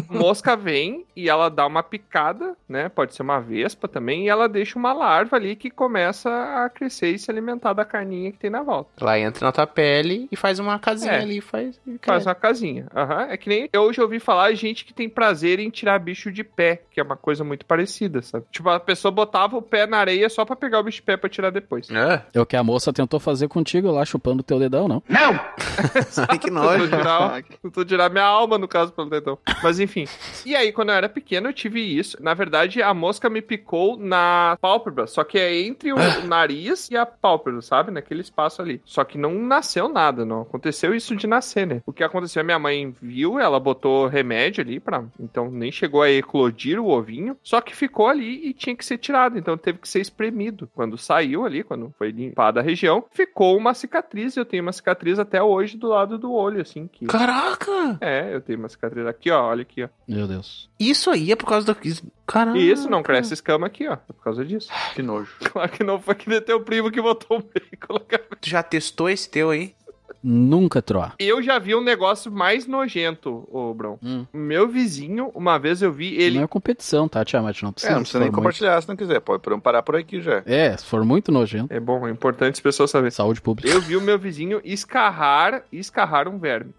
Speaker 1: Mosca vem e ela dá uma picada, né? Pode ser uma vespa também, e ela deixa uma larva ali que começa a crescer e se alimentar da carninha que tem na volta.
Speaker 2: Ela entra na tua pele e faz uma casinha
Speaker 1: É.
Speaker 2: ali, faz.
Speaker 1: Faz uma casinha. Aham. É que nem eu hoje ouvi falar de gente que tem prazer em tirar bicho de pé, que é uma coisa muito parecida, sabe? Tipo, a pessoa botava o pé na areia só pra pegar o bicho de pé pra tirar depois.
Speaker 4: É o que a moça tentou fazer contigo lá, chupando o teu dedão, não?
Speaker 1: Não!
Speaker 2: que
Speaker 1: nojo. Tentou tirar, tentou tirar minha alma, no caso, pelo dedão. então. Mas enfim. E aí, quando eu era pequeno, eu tive isso. Na verdade, a mosca me picou na pálpebra, só que é entre o nariz e a pálpebra, sabe? Naquele espaço ali. Só que não nasceu nada, não aconteceu isso de nascer, né? O que aconteceu, a minha mãe viu, ela botou remédio ali pra. Então nem chegou a eclodir o ovinho, só que ficou ali e tinha que ser tirado, então teve que ser espremido. Quando saiu ali, quando foi limpada a região, ficou uma cicatriz, eu tenho uma cicatriz até hoje do lado do olho, assim. Que...
Speaker 2: Caraca!
Speaker 1: É, eu tenho uma cicatriz aqui, ó, olha aqui, ó.
Speaker 4: Meu Deus.
Speaker 2: Isso aí é por causa do. isso- Caraca.
Speaker 1: E isso, não cresce escama aqui, ó. É por causa disso.
Speaker 6: Que nojo.
Speaker 1: Claro que não foi que nem teu primo que botou o bacon na cabeça.
Speaker 2: Tu já testou esse teu aí?
Speaker 4: Nunca troar.
Speaker 1: Eu já vi um negócio mais nojento, ô Brão.
Speaker 2: Hum.
Speaker 1: Meu vizinho, uma vez eu vi ele.
Speaker 4: Não é competição, tá, Tiamat? Não precisa.
Speaker 6: É, não precisa nem
Speaker 4: se for
Speaker 6: compartilhar se não quiser. Pode podemos parar por aqui já.
Speaker 4: muito- É, se for muito nojento.
Speaker 1: É bom, é importante as pessoas saberem.
Speaker 4: Saúde pública.
Speaker 1: Eu vi o meu vizinho escarrar, escarrar um verme.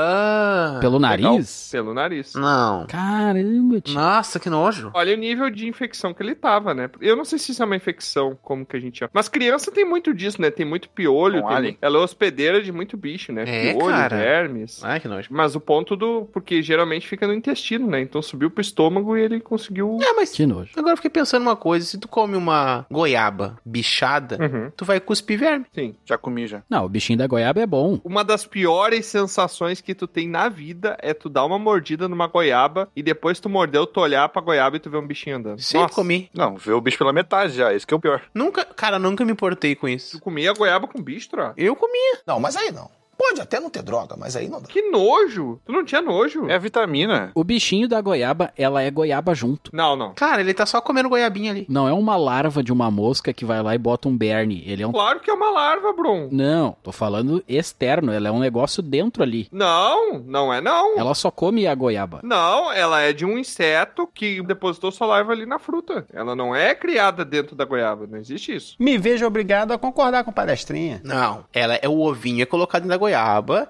Speaker 2: Ah.
Speaker 4: Pelo
Speaker 1: Legal.
Speaker 4: nariz?
Speaker 1: Pelo nariz.
Speaker 2: Não.
Speaker 4: Caramba, tio.
Speaker 2: Nossa, que nojo.
Speaker 1: Olha o nível de infecção que ele tava, né? Eu não sei se isso é uma infecção, como que a gente chama. Mas criança tem muito disso, né? Tem muito piolho.
Speaker 2: Um
Speaker 1: tem
Speaker 2: alien.
Speaker 1: mu- Ela é hospedeira de muito bicho, né?
Speaker 2: É,
Speaker 1: piolho,
Speaker 2: cara.
Speaker 1: vermes.
Speaker 2: Ai, que nojo.
Speaker 1: Mas o ponto do. Porque geralmente fica no intestino, né? Então subiu pro estômago e ele conseguiu.
Speaker 2: É, mas
Speaker 4: Que nojo.
Speaker 2: agora eu fiquei pensando uma coisa. Se tu come uma goiaba bichada,
Speaker 1: uhum.
Speaker 2: tu vai cuspir verme.
Speaker 1: Sim.
Speaker 6: Já comi já.
Speaker 4: Não, o bichinho da goiaba é bom.
Speaker 1: Uma das piores sensações que tu tem na vida é tu dar uma mordida numa goiaba e depois tu mordeu, tu olhar pra goiaba e tu vê um bichinho andando.
Speaker 2: Sempre
Speaker 1: Nossa,
Speaker 2: comi.
Speaker 6: Não, vê o bicho pela metade já. Esse que é o pior.
Speaker 2: Nunca, cara, nunca me importei com isso.
Speaker 1: Tu comia goiaba com bicho, troca?
Speaker 2: Eu comia.
Speaker 18: Não, mas aí não. Pode até não ter droga, mas aí não dá.
Speaker 1: Que nojo! Tu não tinha nojo?
Speaker 6: É a vitamina.
Speaker 4: O bichinho da goiaba, ela é goiaba junto.
Speaker 1: Não, não.
Speaker 2: Cara, ele tá só comendo goiabinha ali.
Speaker 4: Não é uma larva de uma mosca que vai lá e bota um berne. Ele é um.
Speaker 1: Claro que é uma larva, Brum.
Speaker 4: Não, tô falando externo. Ela é um negócio dentro ali.
Speaker 1: Não, não é não.
Speaker 4: Ela só come a goiaba.
Speaker 1: Não, ela é de um inseto que depositou sua larva ali na fruta. Ela não é criada dentro da goiaba, não existe isso.
Speaker 18: Me vejo obrigado a concordar com palestrinha.
Speaker 2: Não, ela é o ovinho é colocado na goiaba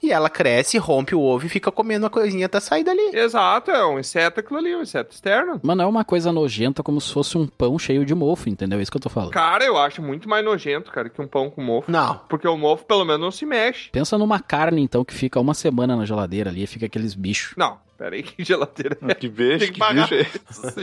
Speaker 2: e ela cresce, rompe o ovo e fica comendo a coisinha até sair dali.
Speaker 1: Exato, é um inseto aquilo ali, um inseto externo.
Speaker 4: Mano, é uma coisa nojenta como se fosse um pão cheio de mofo, entendeu? É isso que eu tô falando.
Speaker 1: Cara, eu acho muito mais nojento, cara, que um pão com mofo.
Speaker 2: Não.
Speaker 1: Porque o mofo pelo menos não se mexe.
Speaker 4: Pensa numa carne, então, que fica uma semana na geladeira ali e fica aqueles bichos.
Speaker 1: Não, pera aí, que geladeira. é
Speaker 6: Hum, Que beijo,
Speaker 1: Tem que
Speaker 6: que
Speaker 1: pagar.
Speaker 6: bicho.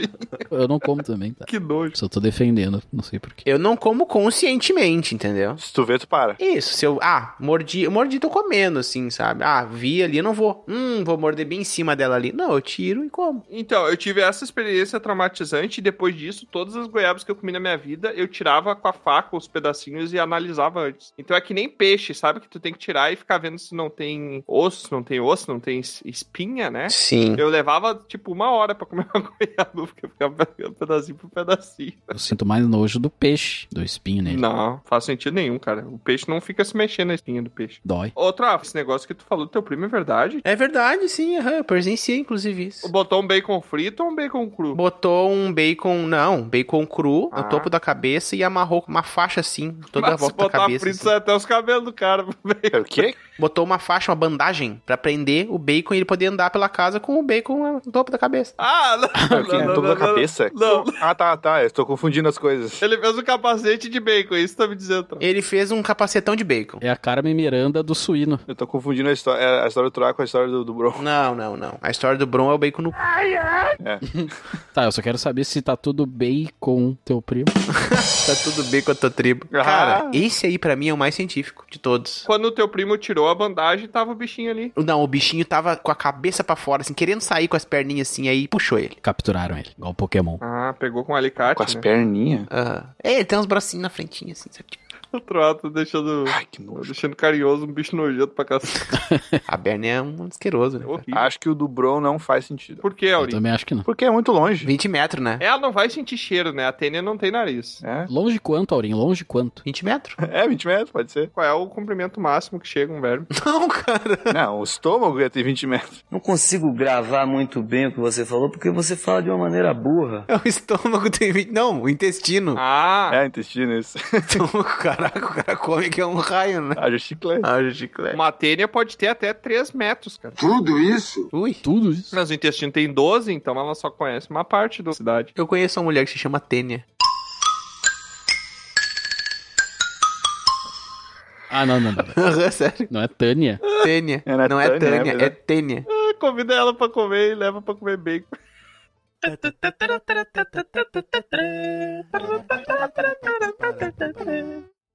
Speaker 4: Eu não como também, tá?
Speaker 1: que nojo.
Speaker 4: Só tô defendendo, não sei porquê.
Speaker 2: Eu não como conscientemente, entendeu?
Speaker 6: Se tu vê, tu para.
Speaker 2: Isso, se eu. Ah, mordi. Eu mordi, tô comendo, assim, sabe? Ah, vi ali, eu não vou. Hum, vou morder bem em cima dela ali. Não, eu tiro e como.
Speaker 1: Então, eu tive essa experiência traumatizante e depois disso, todas as goiabas que eu comi na minha vida, eu tirava com a faca os pedacinhos e analisava antes. Então é que nem peixe, sabe? Que tu tem que tirar e ficar vendo se não tem osso, se não tem osso, se não tem es- espinha, né?
Speaker 2: Sim.
Speaker 1: Eu levava, tipo, uma hora pra comer uma goiaba, porque eu ficava pegando pedacinho por pedacinho.
Speaker 4: Eu sinto mais nojo do peixe, do espinho nele.
Speaker 1: Não, faz sentido nenhum, cara. O peixe não fica se mexendo na espinha do peixe.
Speaker 4: Dói.
Speaker 1: Outra, esse negócio que tu falou do teu primo é verdade?
Speaker 2: É verdade, sim, aham. Eu presenciei, inclusive, isso.
Speaker 1: Botou um bacon frito ou um bacon cru?
Speaker 2: Botou um bacon, não, um bacon cru
Speaker 1: Ah.
Speaker 2: no topo da cabeça e amarrou com uma faixa assim, toda a
Speaker 1: Mas se
Speaker 2: volta da
Speaker 1: botar
Speaker 2: cabeça.
Speaker 1: frito,
Speaker 2: assim.
Speaker 1: sai até os cabelos do cara.
Speaker 6: É o quê?
Speaker 2: Botou uma faixa, uma bandagem, pra prender o bacon e ele poder andar pela casa com o bacon no topo da cabeça.
Speaker 1: Ah,
Speaker 2: É
Speaker 1: não,
Speaker 6: Aqui,
Speaker 1: não, não,
Speaker 6: tô
Speaker 1: não,
Speaker 6: na
Speaker 1: não,
Speaker 6: cabeça.
Speaker 1: Não.
Speaker 6: Ah, tá, tá. Eu estou confundindo as coisas.
Speaker 1: Ele fez um capacete de bacon, isso que tá me dizendo. Tro.
Speaker 2: Ele fez um capacetão de bacon.
Speaker 4: É a Carmen Miranda do suíno.
Speaker 6: Eu tô confundindo a história, a história do Troá com a história do, do Bron.
Speaker 2: Não, não, não. A história do Bron é o bacon no.
Speaker 6: É.
Speaker 4: Tá, eu só quero saber se tá tudo bem com teu primo.
Speaker 2: Tá tudo bem com a tua tribo. Cara, esse aí pra mim é o mais científico de todos.
Speaker 1: Quando o teu primo tirou a bandagem, tava o bichinho ali.
Speaker 2: Não, o bichinho tava com a cabeça pra fora, assim, querendo sair com as perninhas assim, aí puxou ele.
Speaker 4: Capturaram ele, igual Pokémon.
Speaker 1: Ah, pegou com um alicate,
Speaker 6: Com as
Speaker 1: né?
Speaker 6: perninhas?
Speaker 2: Ah. É, Aham. É, ele tem uns bracinhos na frentinha, assim, certinho.
Speaker 1: O Troato deixando. Ai, que nojo. Deixando carinhoso um bicho nojento pra cacete.
Speaker 2: A Bernie é um asqueroso, né?
Speaker 6: Horrível. Acho que o do Bron não faz sentido.
Speaker 1: Por que, Auri?
Speaker 4: Também acho que não.
Speaker 6: Porque é muito longe.
Speaker 2: 20 metros, né?
Speaker 1: Ela não vai sentir cheiro, né? A Tênia não tem nariz.
Speaker 6: É.
Speaker 4: Longe quanto, Aurinho? Longe quanto?
Speaker 2: 20 metros.
Speaker 6: É, 20 metros, pode ser.
Speaker 1: Qual é o comprimento máximo que chega um verme?
Speaker 2: Não, cara.
Speaker 6: Não, o estômago ia ter 20 metros.
Speaker 19: Não consigo gravar muito bem o que você falou, porque você fala de uma maneira burra.
Speaker 2: É o estômago tem 20. Não, o intestino.
Speaker 1: Ah!
Speaker 6: É, intestino, isso.
Speaker 2: Então, caraca, o cara come que é um raio, né?
Speaker 6: Haja Ah, chiclete.
Speaker 2: Haja chiclete.
Speaker 1: Uma tênia pode ter até 3 metros, cara.
Speaker 12: Tudo isso?
Speaker 2: Ui. Tudo isso.
Speaker 1: Mas o intestino tem 12, então ela só conhece uma parte da cidade.
Speaker 2: Eu conheço uma mulher que se chama Tênia.
Speaker 4: Ah, não, não, não.
Speaker 2: Aham, Sério?
Speaker 4: Não é Tânia?
Speaker 2: Tênia.
Speaker 6: É, não é
Speaker 2: Não é
Speaker 6: Tânia, é
Speaker 2: Tânia, é
Speaker 6: verdade.
Speaker 2: Tênia.
Speaker 1: Ah, Convida ela pra comer e leva pra comer bacon.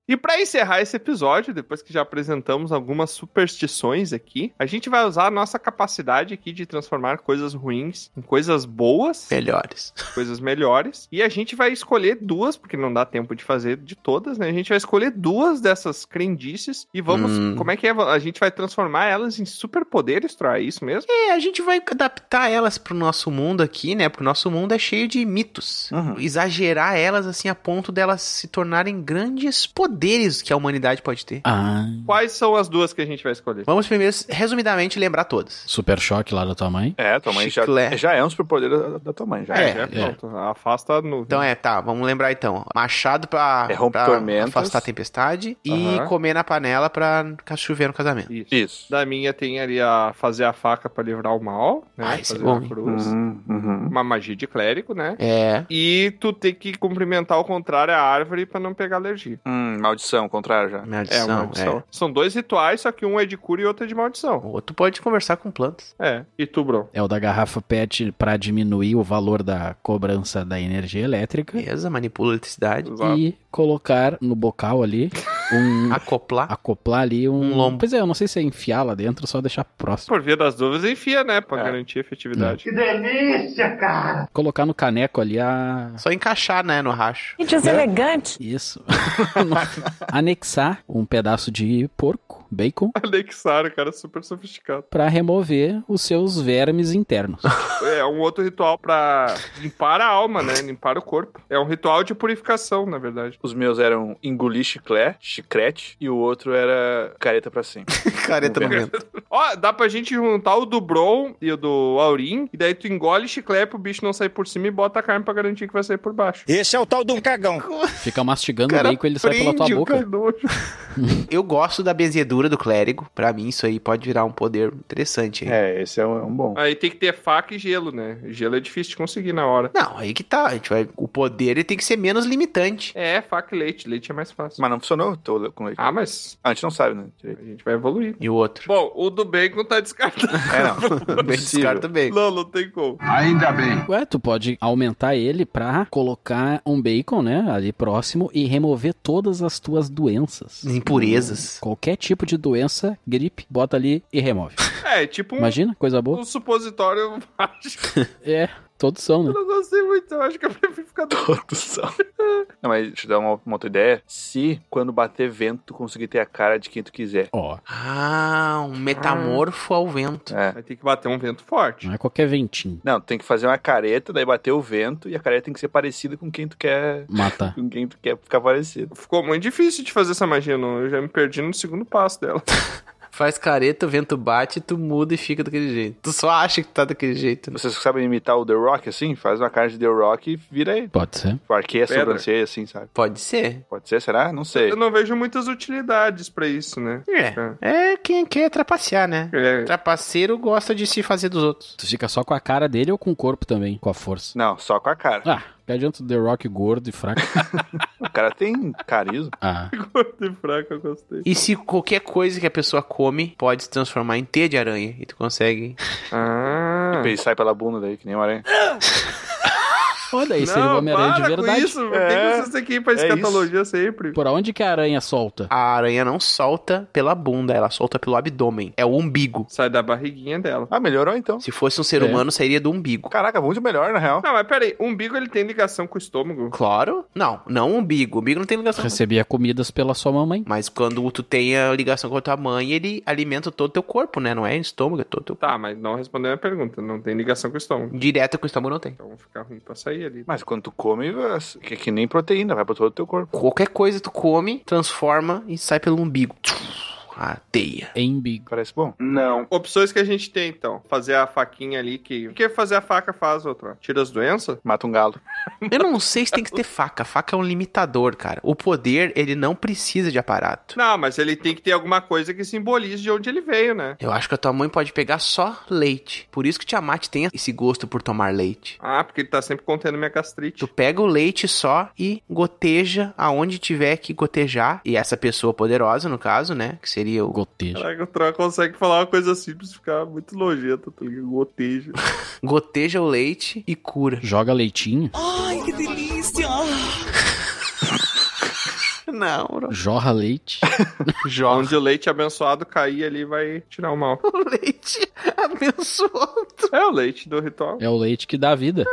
Speaker 1: E pra encerrar esse episódio, depois que já apresentamos algumas superstições aqui, a gente vai usar a nossa capacidade aqui de transformar coisas ruins em coisas boas,
Speaker 2: Melhores.
Speaker 1: coisas melhores. E a gente vai escolher duas, porque não dá tempo de fazer de todas, né? A gente vai escolher duas dessas crendices e vamos.
Speaker 2: Hum.
Speaker 1: Como é que é? A gente vai transformar elas em superpoderes, Troy? É isso mesmo?
Speaker 2: É, a gente vai adaptar elas pro nosso mundo aqui, né? Porque o nosso mundo é cheio de mitos.
Speaker 6: Uhum.
Speaker 2: Exagerar elas, assim, a ponto delas se tornarem grandes poderes que a humanidade pode ter.
Speaker 4: Ah.
Speaker 1: Quais são as duas que a gente vai escolher?
Speaker 2: Vamos primeiro, resumidamente, lembrar todas.
Speaker 4: Super choque lá da tua mãe.
Speaker 6: É, tua mãe já,
Speaker 2: Chiclete.
Speaker 6: já é um superpoder da, da tua mãe, já é.
Speaker 1: Já
Speaker 4: É, é.
Speaker 1: pronto. Afasta a nuvem.
Speaker 2: Então é, tá, vamos lembrar então. Machado pra,
Speaker 6: É, rompe
Speaker 2: pra
Speaker 6: tormentas.
Speaker 2: afastar a tempestade
Speaker 1: Aham.
Speaker 2: e comer na panela pra ca- chover no casamento.
Speaker 1: Isso.
Speaker 6: Isso.
Speaker 1: Da minha tem ali a fazer a faca pra livrar o mal, né?
Speaker 2: Ah, esse é
Speaker 1: fazer
Speaker 2: bom,
Speaker 1: a
Speaker 2: hein?
Speaker 1: cruz.
Speaker 6: Uhum, uhum.
Speaker 1: Uma magia de clérigo, né?
Speaker 2: É.
Speaker 1: E tu tem que cumprimentar ao contrário a árvore pra não pegar alergia.
Speaker 6: Hum, maldição, contrário já.
Speaker 1: É, uma
Speaker 2: Maldição,
Speaker 1: maldição. São dois rituais, só que um é de cura e outro é de
Speaker 2: é.
Speaker 1: maldição.
Speaker 2: O outro pode conversar com plantas.
Speaker 1: É. E tu, Bron?
Speaker 4: É o da garrafa PET pra diminuir o valor da cobrança da energia elétrica.
Speaker 2: Beleza, manipula a eletricidade.
Speaker 4: E colocar no bocal ali um.
Speaker 2: Acoplar.
Speaker 4: acoplar ali um.
Speaker 2: Um lombo.
Speaker 4: Pois é, eu não sei se é enfiar lá dentro, só deixar próximo.
Speaker 1: Por via das dúvidas, enfia, né? Pra garantir a efetividade.
Speaker 5: Que delícia, cara!
Speaker 4: Colocar no caneco ali a.
Speaker 2: Só encaixar, né, no racho.
Speaker 10: Que
Speaker 5: É.
Speaker 10: deselegante.
Speaker 4: Isso. Anexar um pedaço de porco, bacon,
Speaker 1: Alexar, cara, super sofisticado.
Speaker 4: pra remover os seus vermes internos.
Speaker 1: É um outro ritual pra limpar a alma, né? Limpar o corpo. É um ritual de purificação, na verdade.
Speaker 6: Os meus eram engolir chiclete, chiclete, e o outro era careta pra sempre.
Speaker 2: Careta no vento.
Speaker 1: Ó, dá pra gente juntar o do Bron e o do Aurim, e daí tu engole chiclete pro bicho não sair por cima e bota a carne pra garantir que vai sair por baixo.
Speaker 20: Esse é o tal de um cagão.
Speaker 4: Fica mastigando o
Speaker 2: Cara,
Speaker 4: bacon ele sai pela tua
Speaker 2: prende o
Speaker 4: boca.
Speaker 1: Que é nojo.
Speaker 2: Eu gosto da benzedura do clérigo. Pra mim, isso aí pode virar um poder interessante. hein?
Speaker 6: É, esse é um, é um bom.
Speaker 1: Aí tem que ter faca e gelo, né? Gelo é difícil de conseguir na hora.
Speaker 2: Não, aí que tá. A gente vai... O poder ele tem que ser menos limitante.
Speaker 1: É, faca e leite. Leite é mais fácil.
Speaker 6: Mas não funcionou? Tô com leite.
Speaker 1: Ah, mas
Speaker 6: A gente não sabe, né? direito.
Speaker 1: a gente vai evoluir.
Speaker 2: E o outro?
Speaker 1: Bom, o do bacon tá descartado.
Speaker 6: É, não.
Speaker 2: Bem descarta bem.
Speaker 1: Não, não tem como.
Speaker 12: Ainda bem.
Speaker 4: Ué, tu pode aumentar ele pra colocar um bacon, né, ali próximo e remover todas as tuas doenças.
Speaker 2: Impurezas.
Speaker 4: Qualquer tipo de doença, gripe, bota ali e remove.
Speaker 1: É, tipo um,
Speaker 4: Imagina, coisa boa.
Speaker 1: um supositório mágico.
Speaker 4: É, todos são, né?
Speaker 1: Eu não gostei muito, eu acho que eu prefiro ficar do...
Speaker 6: Todos são. Não, mas deixa eu dar uma, uma outra ideia. Se, quando bater vento, tu conseguir ter a cara de quem tu quiser.
Speaker 4: Ó,
Speaker 2: Ah, um metamorfo ao vento.
Speaker 6: É.
Speaker 1: Vai ter que bater um vento forte.
Speaker 4: não é qualquer ventinho.
Speaker 6: Não, tem que fazer uma careta, daí bater o vento, e a careta tem que ser parecida com quem tu quer.
Speaker 4: Matar.
Speaker 6: Com quem tu quer ficar parecido.
Speaker 1: Ficou muito difícil de fazer essa magia, não. Eu já me perdi no segundo passo dela.
Speaker 2: Faz careta, o vento bate, tu muda e fica daquele jeito. Tu só acha que tá daquele jeito.
Speaker 6: Vocês sabem imitar o The Rock assim? Faz uma cara de The Rock e vira aí.
Speaker 4: Pode ser.
Speaker 6: Arqueia a
Speaker 1: Pedra.
Speaker 6: sobrancelha assim, sabe?
Speaker 2: Pode ser.
Speaker 6: Pode ser, será? Não sei.
Speaker 1: Eu não vejo muitas utilidades pra isso, né?
Speaker 2: É. É quem quer trapacear, né?
Speaker 1: É,
Speaker 2: Trapaceiro gosta de se fazer dos outros.
Speaker 4: Tu fica só com a cara dele ou com o corpo também, com a força?
Speaker 6: Não, só com a cara.
Speaker 4: Ah, que adianta o The Rock gordo e fraco.
Speaker 6: O cara tem carisma.
Speaker 4: Ah,
Speaker 1: Gordo e fraco, eu gostei.
Speaker 2: E se qualquer coisa que a pessoa come pode se transformar em teia de aranha e tu consegue.
Speaker 1: Ah.
Speaker 6: Ele sai pela bunda daí, que nem uma aranha.
Speaker 4: Olha aí, seria é o Homem-Aranha de
Speaker 1: para com
Speaker 4: verdade.
Speaker 1: isso, por que que vocês têm que ir pra escatologia sempre?
Speaker 4: Por onde que a aranha solta?
Speaker 2: A aranha não solta pela bunda, ela solta pelo abdômen. É o umbigo.
Speaker 1: Sai da barriguinha dela.
Speaker 6: Ah, melhorou então.
Speaker 2: Se fosse um ser
Speaker 1: É.
Speaker 2: humano, sairia do umbigo.
Speaker 6: Caraca, muito melhor, na real.
Speaker 1: Não, mas peraí, o umbigo ele tem ligação com o estômago?
Speaker 2: Claro. Não, não o umbigo. O umbigo não tem ligação.
Speaker 4: Recebia comidas pela sua mamãe.
Speaker 2: Mas quando tu tem a ligação com a tua mãe, ele alimenta todo o teu corpo, né? Não é estômago, é todo teu...
Speaker 1: Tá, mas não respondeu a minha pergunta. Não tem ligação com o estômago.
Speaker 2: Direto com o estômago não tem.
Speaker 1: Então fica ruim pra sair ali.
Speaker 6: Mas quando tu come, é que nem proteína, vai pra todo o teu corpo.
Speaker 2: Qualquer coisa tu come, transforma e sai pelo umbigo. A teia.
Speaker 4: Embigo.
Speaker 6: Parece bom.
Speaker 1: Não. Opções que a gente tem, então. Fazer a faquinha ali que. O que fazer a faca faz, outra? Tira as doenças?
Speaker 6: Mata um galo.
Speaker 2: Eu não sei se tem que ter faca. Faca é um limitador, cara. O poder, ele não precisa de aparato.
Speaker 1: Não, mas ele tem que ter alguma coisa que simbolize de onde ele veio, né?
Speaker 2: Eu acho que a tua mãe pode pegar só leite. Por isso que Tiamat tem esse gosto por tomar leite.
Speaker 1: Ah, porque ele tá sempre contendo minha gastrite.
Speaker 2: Tu pega o leite só e goteja aonde tiver que gotejar. E essa pessoa poderosa, no caso, né? Que seria o
Speaker 4: Goteja.
Speaker 1: Caraca, o Tron consegue falar uma coisa simples e ficar muito nojento, tá ligado? Gotejo.
Speaker 2: goteja o leite e cura.
Speaker 4: Joga leitinho,
Speaker 14: Ai, que delícia!
Speaker 2: Não, bro.
Speaker 4: jorra leite.
Speaker 2: Joga
Speaker 1: Onde o leite abençoado cair ali vai tirar o mal.
Speaker 2: o leite abençoado.
Speaker 1: É o leite do ritual.
Speaker 4: É o leite que dá vida.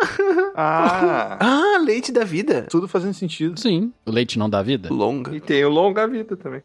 Speaker 6: Ah,
Speaker 2: Ah, leite da vida.
Speaker 6: tudo fazendo sentido.
Speaker 4: Sim. O leite não dá vida?
Speaker 2: Longa.
Speaker 1: E tem o longa vida também.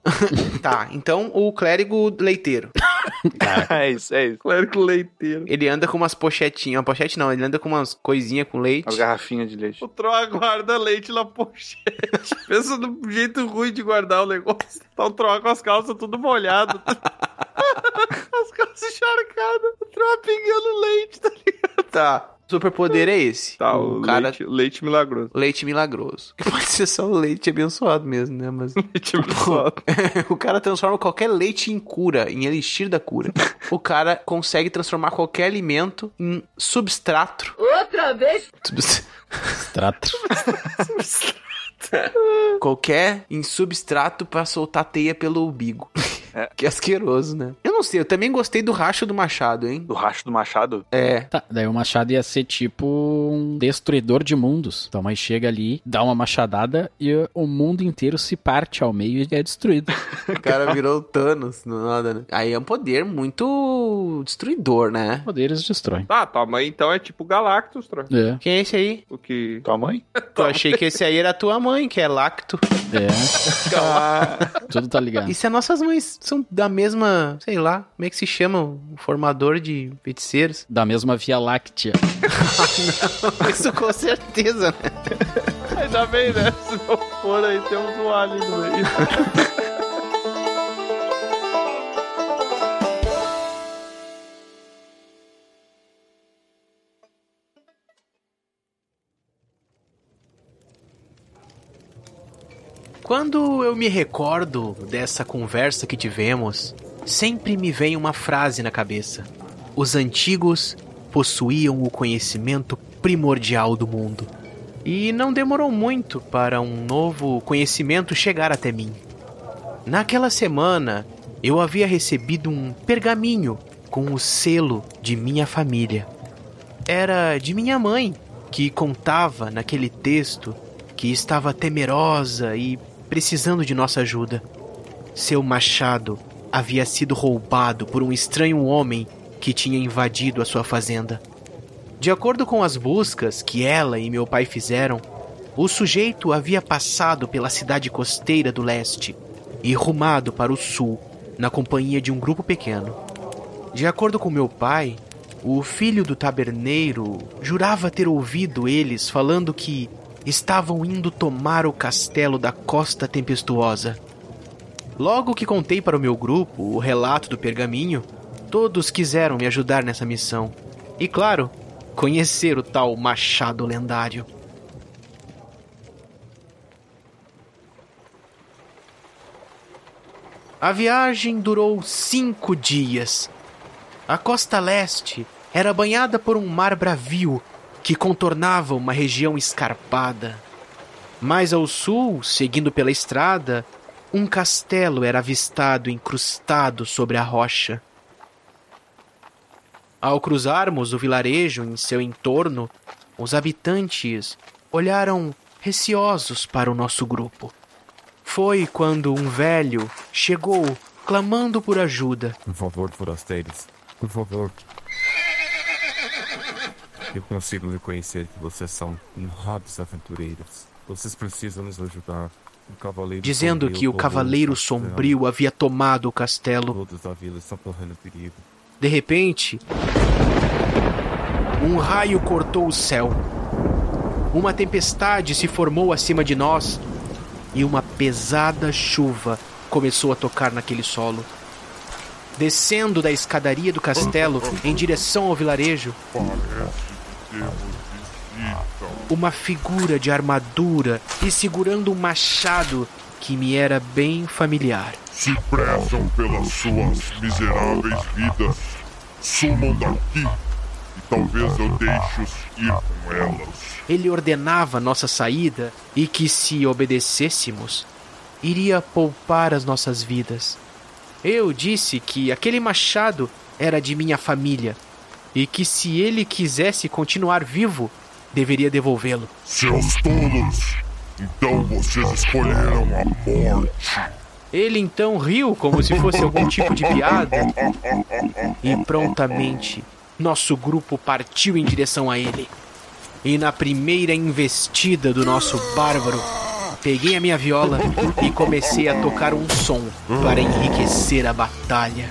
Speaker 2: Tá, então o clérigo leiteiro.
Speaker 6: é isso, é isso.
Speaker 1: Clérigo leiteiro.
Speaker 2: Ele anda com umas pochetinhas. Uma pochete não, ele anda com umas coisinhas com leite.
Speaker 6: As garrafinhas de leite.
Speaker 1: O Troll guarda leite na pochete. Pensa no jeito ruim de guardar o negócio. Tá o Troll com as calças tudo molhado. as calças encharcadas. O Troll pingando leite. Tá, ligado?
Speaker 2: Tá. O superpoder é esse.
Speaker 1: tá o,
Speaker 2: cara. Leite...
Speaker 1: leite, leite milagroso.
Speaker 2: milagroso. Que Pode ser só o leite abençoado mesmo, né? Mas.
Speaker 1: Leite milagroso.
Speaker 2: o cara transforma qualquer leite em cura, em elixir da cura. o cara consegue transformar qualquer alimento em substrato.
Speaker 10: Outra vez?
Speaker 2: Subs-
Speaker 4: Extrato.
Speaker 2: qualquer em substrato pra soltar teia pelo umbigo. É, que asqueroso, né? Eu não sei, eu também gostei do racho do machado, hein?
Speaker 6: Do racho do machado?
Speaker 2: É.
Speaker 4: Tá, daí o machado ia ser tipo um destruidor de mundos. Tua mãe chega ali, dá uma machadada e o mundo inteiro se parte ao meio e é destruído.
Speaker 2: O cara virou o Thanos, não nada, né? Aí é um poder muito destruidor, né?
Speaker 4: Poderes destroem.
Speaker 1: Tá, tua mãe então é tipo Galactus, Troll.
Speaker 4: É,
Speaker 2: Quem é esse aí?
Speaker 1: O que.
Speaker 6: Tua mãe?
Speaker 2: Eu achei que esse aí era tua mãe, que é Lacto.
Speaker 4: é. Tudo tá ligado.
Speaker 2: E se as nossas mães são da mesma, sei lá, como é que se chama o formador de feiticeiros?
Speaker 4: Da mesma Via Láctea.
Speaker 2: Isso com certeza, né?
Speaker 1: Ainda bem, né? Se não for aí, temos um alien no meio.
Speaker 2: Quando eu me recordo dessa conversa que tivemos, sempre me vem uma frase na cabeça. Os antigos possuíam o conhecimento primordial do mundo. E não demorou muito para um novo conhecimento chegar até mim. Naquela semana, eu havia recebido um pergaminho com o selo de minha família. Era de minha mãe, que contava naquele texto que estava temerosa e precisando de nossa ajuda. Seu machado havia sido roubado por um estranho homem que tinha invadido a sua fazenda. De acordo com as buscas que ela e meu pai fizeram, o sujeito havia passado pela cidade costeira do leste e rumado para o sul na companhia de um grupo pequeno. De acordo com meu pai, o filho do taberneiro jurava ter ouvido eles falando que estavam indo tomar o castelo da Costa Tempestuosa. Logo que contei para o meu grupo o relato do pergaminho, todos quiseram me ajudar nessa missão. E claro, conhecer o tal machado lendário. A viagem durou cinco dias. A costa leste era banhada por um mar bravio que contornava uma região escarpada. Mais ao sul, seguindo pela estrada, um castelo era avistado incrustado sobre a rocha. Ao cruzarmos o vilarejo em seu entorno, os habitantes olharam receosos para o nosso grupo. Foi quando um velho chegou clamando por ajuda.
Speaker 20: Por favor, forasteiros, por favor. Eu consigo reconhecer que vocês são honrados aventureiros. Vocês precisam nos ajudar. O
Speaker 2: Dizendo que o Cavaleiro Sombrio havia tomado o castelo.
Speaker 20: Todos da vila estão correndo perigo.
Speaker 2: De repente, um raio cortou o céu. Uma tempestade se formou acima de nós e uma pesada chuva começou a tocar naquele solo. Descendo da escadaria do castelo em direção ao vilarejo, uma figura de armadura e segurando um machado que me era bem familiar.
Speaker 21: Se prezam pelas suas miseráveis vidas, sumam daqui e talvez eu deixe-os ir com elas.
Speaker 2: Ele ordenava nossa saída e que, se obedecêssemos, iria poupar as nossas vidas. Eu disse que aquele machado era de minha família e que, se ele quisesse continuar vivo, deveria devolvê-lo.
Speaker 21: Seus tolos! Então vocês escolheram a morte.
Speaker 2: Ele então riu como se fosse algum tipo de piada. E prontamente, nosso grupo partiu em direção a ele. E na primeira investida do nosso bárbaro, peguei a minha viola e comecei a tocar um som para enriquecer a batalha.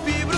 Speaker 2: um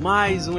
Speaker 2: mais um